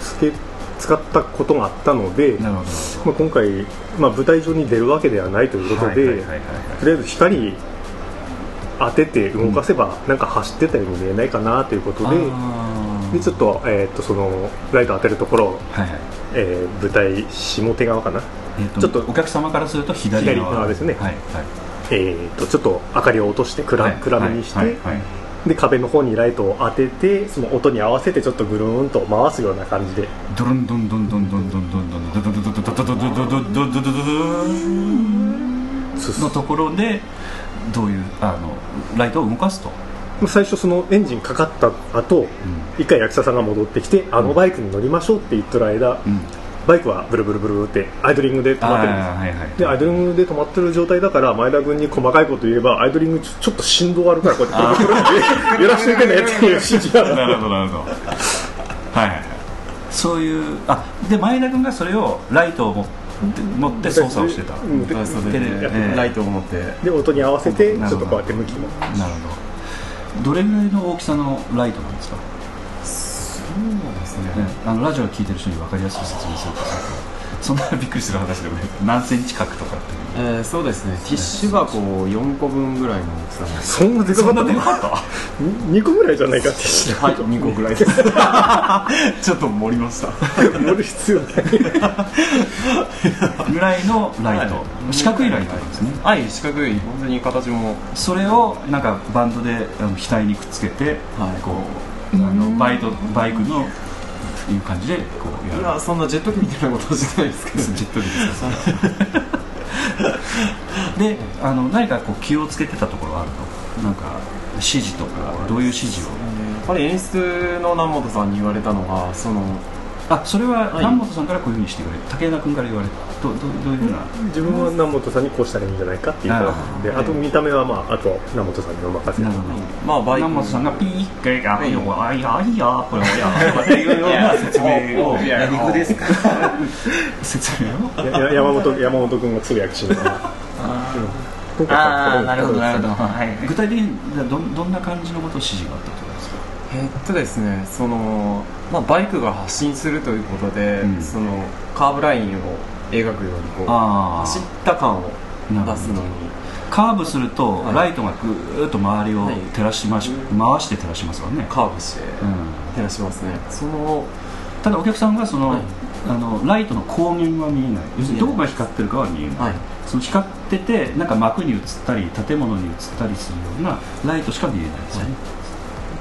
[SPEAKER 6] つけ使ったことがあったので、
[SPEAKER 3] なるほど
[SPEAKER 6] まあ、今回、まあ、舞台上に出るわけではないということで、
[SPEAKER 3] はいはいはいはい
[SPEAKER 6] とりあえず光当てて動かせば、なんか走ってたように見えないかなということで
[SPEAKER 3] あー
[SPEAKER 6] でちょっと,、えーっとそのライト当てるところを
[SPEAKER 3] はいはい
[SPEAKER 6] えー舞台下手側かな、
[SPEAKER 3] えーと
[SPEAKER 6] ちょっと
[SPEAKER 3] お客様からすると左側
[SPEAKER 6] 左側ですね
[SPEAKER 3] はいはい
[SPEAKER 6] えー、とちょっと明かりを落として暗,、
[SPEAKER 3] はい
[SPEAKER 6] 暗めにして、
[SPEAKER 3] はいはいはい
[SPEAKER 6] で壁の方にライトを当ててその音に合わせてちょっとぐるーんと回すような感じで
[SPEAKER 3] ドロンドンドンドンドンドンドンドンドンドンドンドンドンドンドンドンドンドンドン
[SPEAKER 6] 進
[SPEAKER 3] の
[SPEAKER 6] む
[SPEAKER 3] ところでどういうあのライトを動かすと
[SPEAKER 6] 最初そのエンジンかかった後、一回役者さんが戻ってきてあのバイクに乗りましょうって言ってる間、
[SPEAKER 3] ん
[SPEAKER 6] バイクはブルブルブルってアイドリングで止まってるんです
[SPEAKER 3] はいはい
[SPEAKER 6] でアイドリングで止まってる状態だから前田君に細かいこと言えばアイドリングちょちょっと振動あるからこうやってブルブルブルって揺らしていくねっていう指示が
[SPEAKER 3] なるほどなるほどはいはいはいそういうあで前田君がそれをライトを持って持って操作をしてた
[SPEAKER 6] うんで
[SPEAKER 8] そうです
[SPEAKER 3] テレ
[SPEAKER 8] ね
[SPEAKER 3] ええ
[SPEAKER 8] ライトを持って
[SPEAKER 6] で音に合わせてちょ
[SPEAKER 3] な
[SPEAKER 6] っ
[SPEAKER 3] るほ
[SPEAKER 6] と
[SPEAKER 3] ど
[SPEAKER 6] こうやって向きも
[SPEAKER 3] なるほどどれぐらいの大きさのライトなんですか、
[SPEAKER 8] そうですね
[SPEAKER 3] ねあのラジオを聞いてる人に分かりやすく説明するとそんなびっくりする話でもない何センチ角とかっていう
[SPEAKER 8] えーそうですねティッシュ箱4個分ぐらいの大きさなんです
[SPEAKER 6] そんなでかかっ
[SPEAKER 3] で
[SPEAKER 6] た
[SPEAKER 3] か
[SPEAKER 6] の
[SPEAKER 3] か
[SPEAKER 6] 2個ぐらいじゃないかって知ら
[SPEAKER 8] は
[SPEAKER 6] ないいと
[SPEAKER 8] 2個ぐらいですちょっと盛りました
[SPEAKER 6] 乗る必要ない
[SPEAKER 3] ったぐらいのライト、
[SPEAKER 8] はい
[SPEAKER 3] 四角いライトなんですね
[SPEAKER 8] はい四角い本当に形も
[SPEAKER 3] それをなんかバンドであの額にくっつけて、
[SPEAKER 8] はい
[SPEAKER 3] こうあのバイトバイクのっていう感じでこうや
[SPEAKER 8] い
[SPEAKER 3] る
[SPEAKER 8] やそんなジェット機みたいなことはしてないですけど
[SPEAKER 3] ジェット機ですかそれは であの何かこう気をつけてたところはあるのなんか指示とかどういう指示を
[SPEAKER 8] やっぱり演出の南本さんに言われたのがその
[SPEAKER 3] あそれは
[SPEAKER 8] はい
[SPEAKER 3] 南本さんからこういうふうにしてくれ竹枝君から言われたどどどういうふうな
[SPEAKER 6] 自分は南本さんにこうしたらいいんじゃないかっていう感じで
[SPEAKER 8] あー
[SPEAKER 6] あと見た目はまああと南本さんにお任せ
[SPEAKER 3] なるほど
[SPEAKER 8] まあバイク
[SPEAKER 3] 南本さんがピーッガイガイ
[SPEAKER 8] は
[SPEAKER 3] ガ
[SPEAKER 8] い
[SPEAKER 3] イガイガイこれお やとかっていうような説明を
[SPEAKER 4] 何語ですか
[SPEAKER 3] 説明を
[SPEAKER 6] やや山本山本君が通訳しながらうん今回は
[SPEAKER 4] あ
[SPEAKER 6] こ
[SPEAKER 4] あ
[SPEAKER 6] れ
[SPEAKER 4] なるほどなるほどはい
[SPEAKER 3] 具体的にどんどんな感じのことを指示があったってことですか
[SPEAKER 8] えっとですねその、まあ、バイクが発進するということで、
[SPEAKER 3] うん
[SPEAKER 8] そのカーブラインを描くようにこう
[SPEAKER 3] あ
[SPEAKER 8] 走った感を出すのに
[SPEAKER 3] カーブすると
[SPEAKER 8] はい
[SPEAKER 3] ライトがぐーっと周りを
[SPEAKER 8] はい
[SPEAKER 3] 照らしまし回して照らしますわね、
[SPEAKER 8] カーブして
[SPEAKER 3] うん、
[SPEAKER 8] 照らしますねその
[SPEAKER 3] ただお客さんがその,、
[SPEAKER 8] はい
[SPEAKER 3] あのライトの光源は見えない要するにどこが光ってるかは見えない、
[SPEAKER 8] はい
[SPEAKER 3] その光っててなんか幕に映ったり建物に映ったりするようなライトしか見えないですよね、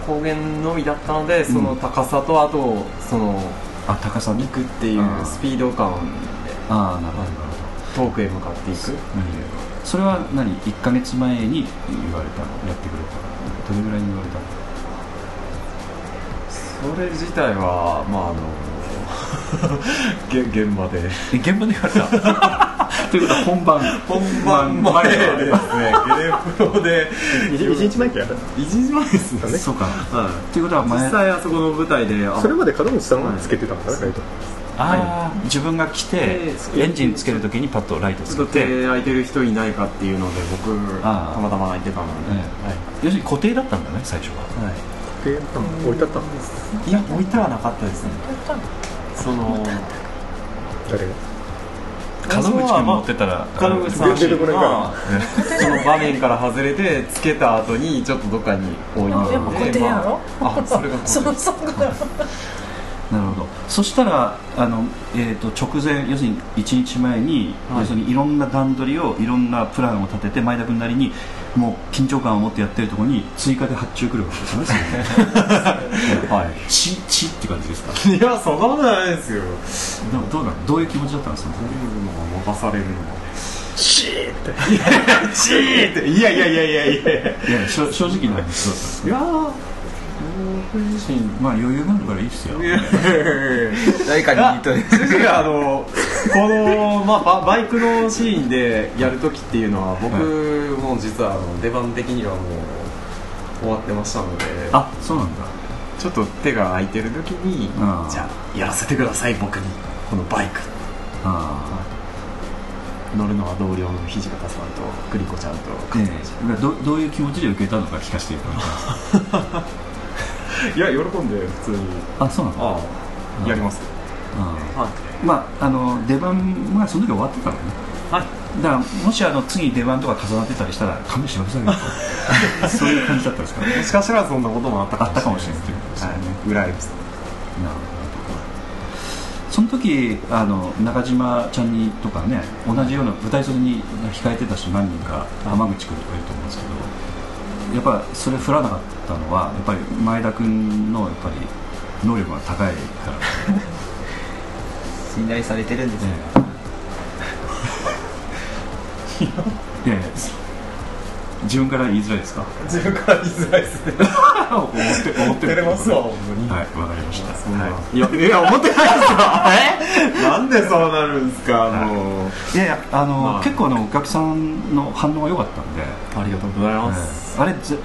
[SPEAKER 8] 高原のみだったのでその高さとあとその
[SPEAKER 3] あ高さ
[SPEAKER 8] 行
[SPEAKER 3] に
[SPEAKER 8] くっていうスピード感
[SPEAKER 3] ああなるほどなるほ
[SPEAKER 8] 遠くへ向かっていく
[SPEAKER 3] ど、それは何1か月前に言われたのやってくれたのどれぐらいに言われたの
[SPEAKER 8] それ自体はまああの 現現場で
[SPEAKER 3] え現場で言われた ということは本番
[SPEAKER 8] 本番前でですねゲレプロで
[SPEAKER 6] 1日前からやる
[SPEAKER 8] 1日前ですね
[SPEAKER 3] そうか
[SPEAKER 8] は
[SPEAKER 3] ということはい前
[SPEAKER 8] 実際あそこの舞台であ
[SPEAKER 6] それまで門口さんはつけてたんだねライト
[SPEAKER 3] あー自分が来て
[SPEAKER 8] で
[SPEAKER 3] エンジンつけるときにパッとライトつ
[SPEAKER 8] ちょ
[SPEAKER 3] け
[SPEAKER 8] っ
[SPEAKER 3] て、
[SPEAKER 8] と手空いてる人いないかっていうので僕
[SPEAKER 3] ああ
[SPEAKER 8] たまたま空いてたので、
[SPEAKER 3] え要するに固定だったんだね最初は
[SPEAKER 8] はいは
[SPEAKER 6] でうん置いてあったんです
[SPEAKER 8] い、いや置いてはなかったですねその
[SPEAKER 6] 誰が
[SPEAKER 3] 門口君持ってたら
[SPEAKER 8] 門口さん
[SPEAKER 6] 出てこない
[SPEAKER 8] が
[SPEAKER 6] か
[SPEAKER 8] その場面から外れてつけた後にちょっとどっかに置いて
[SPEAKER 5] でも固定やろ
[SPEAKER 8] まああそれが
[SPEAKER 5] そ
[SPEAKER 8] 固定
[SPEAKER 5] うそう
[SPEAKER 3] なるほどそしたらあの、えー、と直前要するに1日前に、
[SPEAKER 8] はい
[SPEAKER 3] 要するにいろんな段取りをいろんなプランを立てて前田君なりにもう緊張感を持ってやってるところに追加で発注来るわけですよね
[SPEAKER 8] はい
[SPEAKER 3] チッチッって感じですか
[SPEAKER 8] いやそんなことないですよ
[SPEAKER 3] でもどうなのどういう気持ちだったんですか
[SPEAKER 8] どういうのが任されるのチーっていやチーっていやいやいやいやいやいや
[SPEAKER 3] いやしょ正直な話どうだったんですか
[SPEAKER 8] いやー僕自身
[SPEAKER 3] まあ余裕があるからいいっすよ
[SPEAKER 8] いやいやいやいや
[SPEAKER 4] 誰かに似とる
[SPEAKER 8] 次あのこの、まあ、ババイクのシーンでやる時っていうのは僕も実はあの出番的にはもう終わってましたので
[SPEAKER 3] あそうなんだ
[SPEAKER 8] ちょっと手が空いてる時に
[SPEAKER 3] あー
[SPEAKER 8] じゃあやらせてください僕にこのバイク
[SPEAKER 3] あ
[SPEAKER 8] 乗るのは同僚の土方さんと栗子ちゃんと
[SPEAKER 3] あ、ええどどういう気持ちで受けたのか聞かせていただきます
[SPEAKER 8] いや喜んで普通に
[SPEAKER 3] あそうなんだ
[SPEAKER 8] ああやります
[SPEAKER 3] ああ
[SPEAKER 8] はい
[SPEAKER 3] まあ、あの出番がその時終わってたのね、
[SPEAKER 8] はい
[SPEAKER 3] だからもしあの次出番とか重なってたりしたら勘弁してくださいよ そういう感じだったんですかね
[SPEAKER 8] もしかしたらそんなこともあった
[SPEAKER 3] あったかもしれないということです
[SPEAKER 8] は
[SPEAKER 3] よね
[SPEAKER 8] い、ぐらいです
[SPEAKER 3] なるほどその時あの中島ちゃんにとかね同じような舞台袖に控えてた人何人か浜口君とかいると思うんですけどやっぱそれ振らなかったのはやっぱり前田君のやっぱり能力が高いから
[SPEAKER 4] 信頼されてるんですね
[SPEAKER 3] いやいや自分から言いづらいです か
[SPEAKER 8] 自分から言いづらいですね
[SPEAKER 3] 思って思って
[SPEAKER 8] 照れますわほんまに
[SPEAKER 3] はいわかりました
[SPEAKER 8] そんな
[SPEAKER 3] はい
[SPEAKER 8] やいや思ってないですよ えなんでそうなるんですかもう
[SPEAKER 3] い、いやいやあの、
[SPEAKER 8] まあ
[SPEAKER 3] 結構あのお客さんの反応が良かったんで
[SPEAKER 8] ありがとうございます
[SPEAKER 3] あれぜ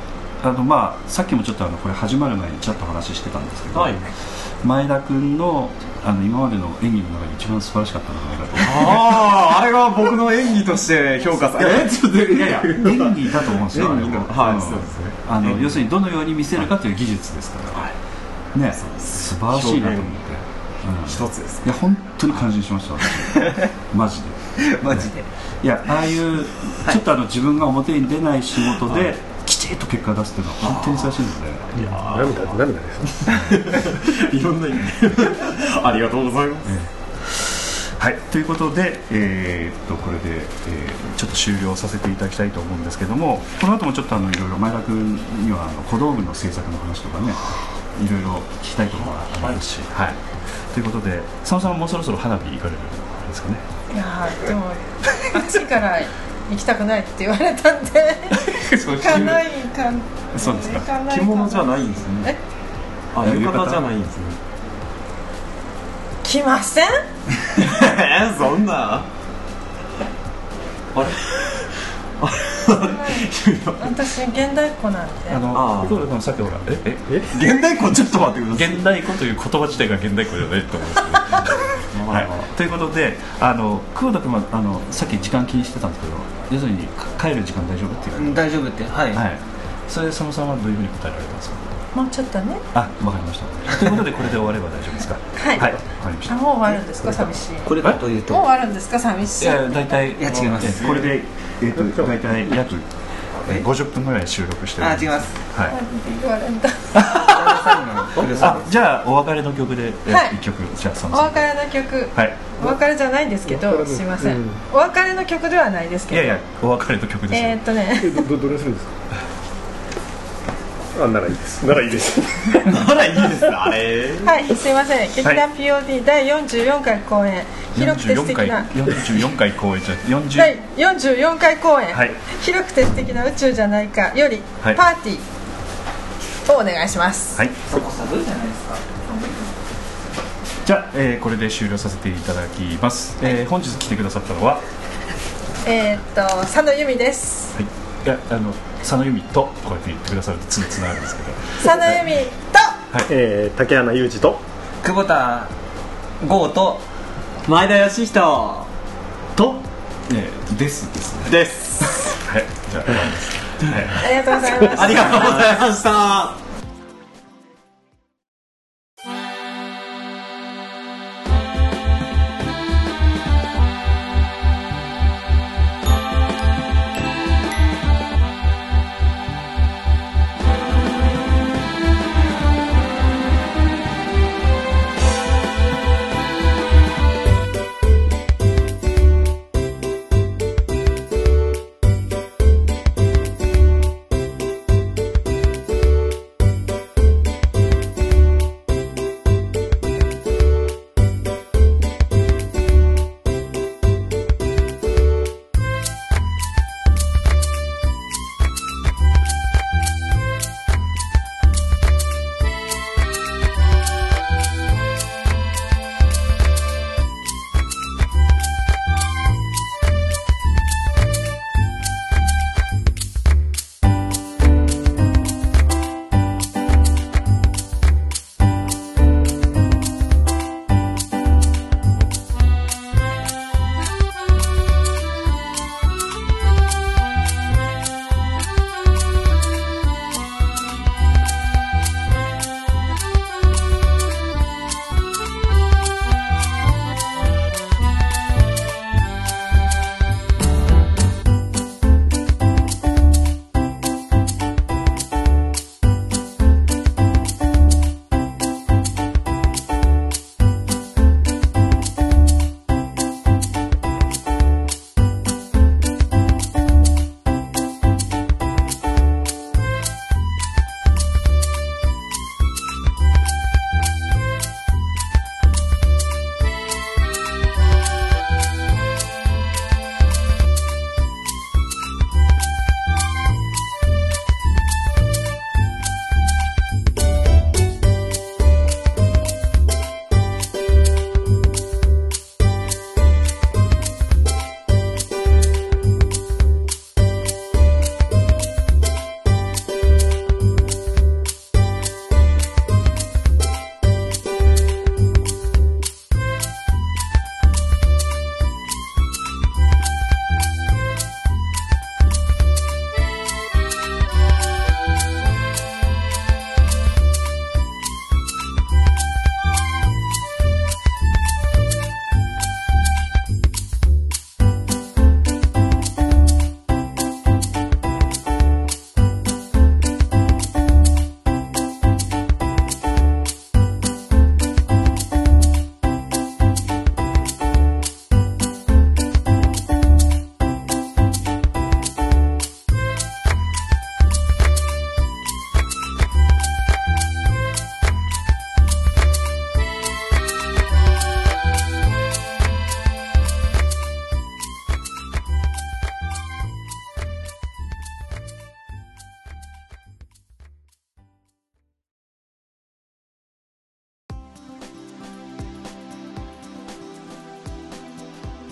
[SPEAKER 3] あのまあさっきもちょっとあのこれ始まる前にちょっと話してたんですけど、
[SPEAKER 8] はい
[SPEAKER 3] 前田君のあの今までの演技の中で一番素晴らしかったんじゃないかと
[SPEAKER 8] あああれは僕の演技として評価されえちょっといやいや
[SPEAKER 3] 演技だと思うんですよ
[SPEAKER 8] 演技の
[SPEAKER 3] あれ
[SPEAKER 8] はい
[SPEAKER 3] ん
[SPEAKER 8] そうですね
[SPEAKER 3] あ
[SPEAKER 8] 演
[SPEAKER 3] の
[SPEAKER 8] 技
[SPEAKER 3] 要するにどのように見せるかという技術ですから、ね素晴らしいなと思って、うん
[SPEAKER 8] 一つです
[SPEAKER 3] いや本当に感心しました私マジで
[SPEAKER 4] マジで
[SPEAKER 3] いやああいうちょっとあの自分が表に出ない仕事で、きちっと結果出すっていうのは本当に素晴らしいので、
[SPEAKER 6] 涙涙です
[SPEAKER 8] いろんな意味ありがとうございます
[SPEAKER 3] はい、ということで、えーっとこれで、えーちょっと終了させていただきたいと思うんですけどもこの後もちょっとあのいろいろ前田君にはあの小道具の制作の話とかねいろいろ聞きたいところがありますし、はい、ということで佐野さんはもうそろそろ花火行かれるんですかね
[SPEAKER 5] いやーでも暑いから行きたくないって言われたんで行かないかん
[SPEAKER 3] そうですか
[SPEAKER 5] 行かない
[SPEAKER 8] 着
[SPEAKER 5] か
[SPEAKER 8] 物じゃないんですね
[SPEAKER 5] え
[SPEAKER 8] あ浴衣じゃないんですね
[SPEAKER 5] 来ません
[SPEAKER 8] えー、そんなあれ
[SPEAKER 5] 私現代っ子なんで
[SPEAKER 3] あの
[SPEAKER 8] あー
[SPEAKER 3] 小道具のさっきほらええ
[SPEAKER 8] 現代婚ちょっと待ってください
[SPEAKER 3] 現代語という言葉自体が現代語じゃないと思うんですけど、はい、ということであの久保田君はあのさっき時間気にしてたんですけど要するに帰る時間大丈夫って言われて
[SPEAKER 4] 大丈夫ってはい、
[SPEAKER 3] はい、それで佐野さんはどういうふうに答えられたんですか
[SPEAKER 5] もうちょっとね
[SPEAKER 3] あわかりましたということでこれで終われば大丈夫ですか
[SPEAKER 5] はい
[SPEAKER 3] はい、わかりまし
[SPEAKER 5] あ
[SPEAKER 3] た
[SPEAKER 5] もう終わるんですか寂しいも
[SPEAKER 4] これだという
[SPEAKER 5] う
[SPEAKER 4] と
[SPEAKER 5] 終わるんですか寂し
[SPEAKER 3] い
[SPEAKER 5] い
[SPEAKER 3] や大体
[SPEAKER 4] いや違います
[SPEAKER 3] えこれで、えー、と大体約えー50分ぐらい収録しており
[SPEAKER 4] あ
[SPEAKER 3] ます
[SPEAKER 4] 違います
[SPEAKER 3] はい、
[SPEAKER 5] 言われんだ
[SPEAKER 3] あじゃあお別れの曲で、えー
[SPEAKER 5] はい
[SPEAKER 3] 一曲じゃあ佐野
[SPEAKER 5] お
[SPEAKER 3] さん
[SPEAKER 5] 別れの曲
[SPEAKER 3] はい
[SPEAKER 5] お別れじゃないんですけどすいませんお別れの曲ではないです
[SPEAKER 3] い
[SPEAKER 5] けど
[SPEAKER 3] やいやお別れの曲ですよ、
[SPEAKER 5] えーっとね
[SPEAKER 6] えど どどれするんですかあならいいですならいいです
[SPEAKER 8] ならいいですあれ
[SPEAKER 5] はい、すいません。劇団 POD 第44回公演、広くて素
[SPEAKER 3] 44
[SPEAKER 5] 敵
[SPEAKER 3] 回
[SPEAKER 5] な。
[SPEAKER 3] 44回公演じゃ40
[SPEAKER 5] 第44回公演、
[SPEAKER 3] はい
[SPEAKER 5] 広くて素敵な宇宙じゃないかより、
[SPEAKER 3] はい
[SPEAKER 5] パーティーをお願いします。
[SPEAKER 3] はい
[SPEAKER 4] そこ寒いじゃないですか
[SPEAKER 3] じゃあ、えーこれで終了させていただきます、えー本日来てくださったのは、
[SPEAKER 5] えーっと佐野由美です。
[SPEAKER 3] はい、いやあの佐野由美とこうやって言ってくださるとつむつながるんですけど
[SPEAKER 5] 佐野由美と
[SPEAKER 6] えー竹穴裕二と
[SPEAKER 4] 久保田剛と前田義人
[SPEAKER 3] と、えー、ですですね
[SPEAKER 8] です
[SPEAKER 3] はいじゃあ終わります
[SPEAKER 5] ありがとうございます。
[SPEAKER 8] ありがとうございました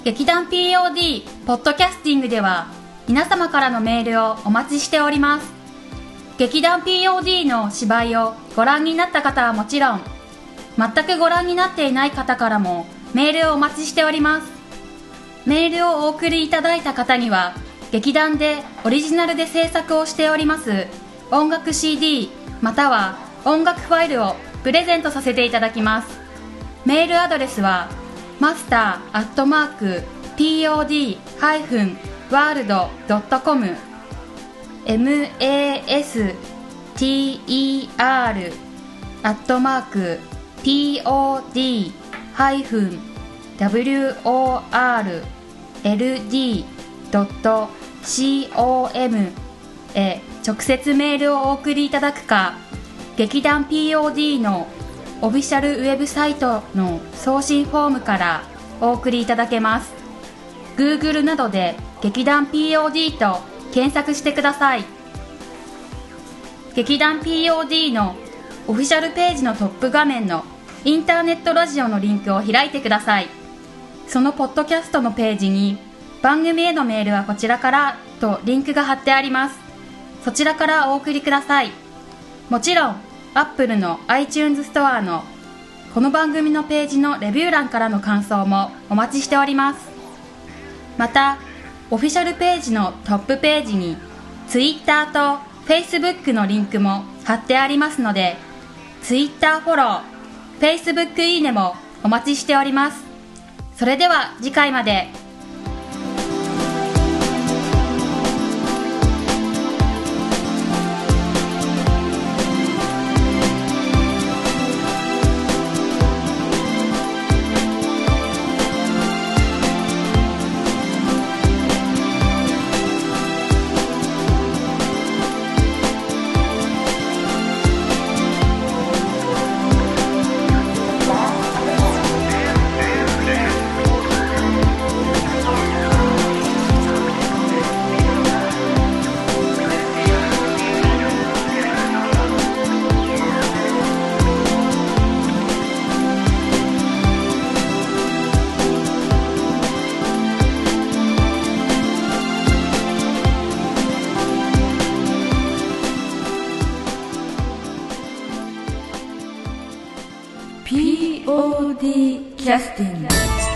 [SPEAKER 2] 劇団 POD ポッドキャスティングでは皆様からのメールをお待ちしております劇団 POD の芝居をご覧になった方はもちろん全くご覧になっていない方からもメールをお待ちしておりますメールをお送りいただいた方には劇団でオリジナルで制作をしております音楽 CD または音楽ファイルをプレゼントさせていただきますメールアドレスはマスターアットマーク pod-world.com master アットマーク pod-world.com へ直接メールをお送りいただくか劇団 POD のオフィシャルウェブサイトの送信フォームからお送りいただけます Google などで劇団 POD と検索してください劇団 POD のオフィシャルページのトップ画面のインターネットラジオのリンクを開いてくださいそのポッドキャストのページに番組へのメールはこちらからとリンクが貼ってありますそちらからお送りくださいもちろん Apple の iTunes ストアのこの番組のページのレビュー欄からの感想もお待ちしておりますまたオフィシャルページのトップページに Twitter と Facebook のリンクも貼ってありますので Twitter フォロー Facebook いいねもお待ちしておりますそれでは次回まで
[SPEAKER 1] キャスティング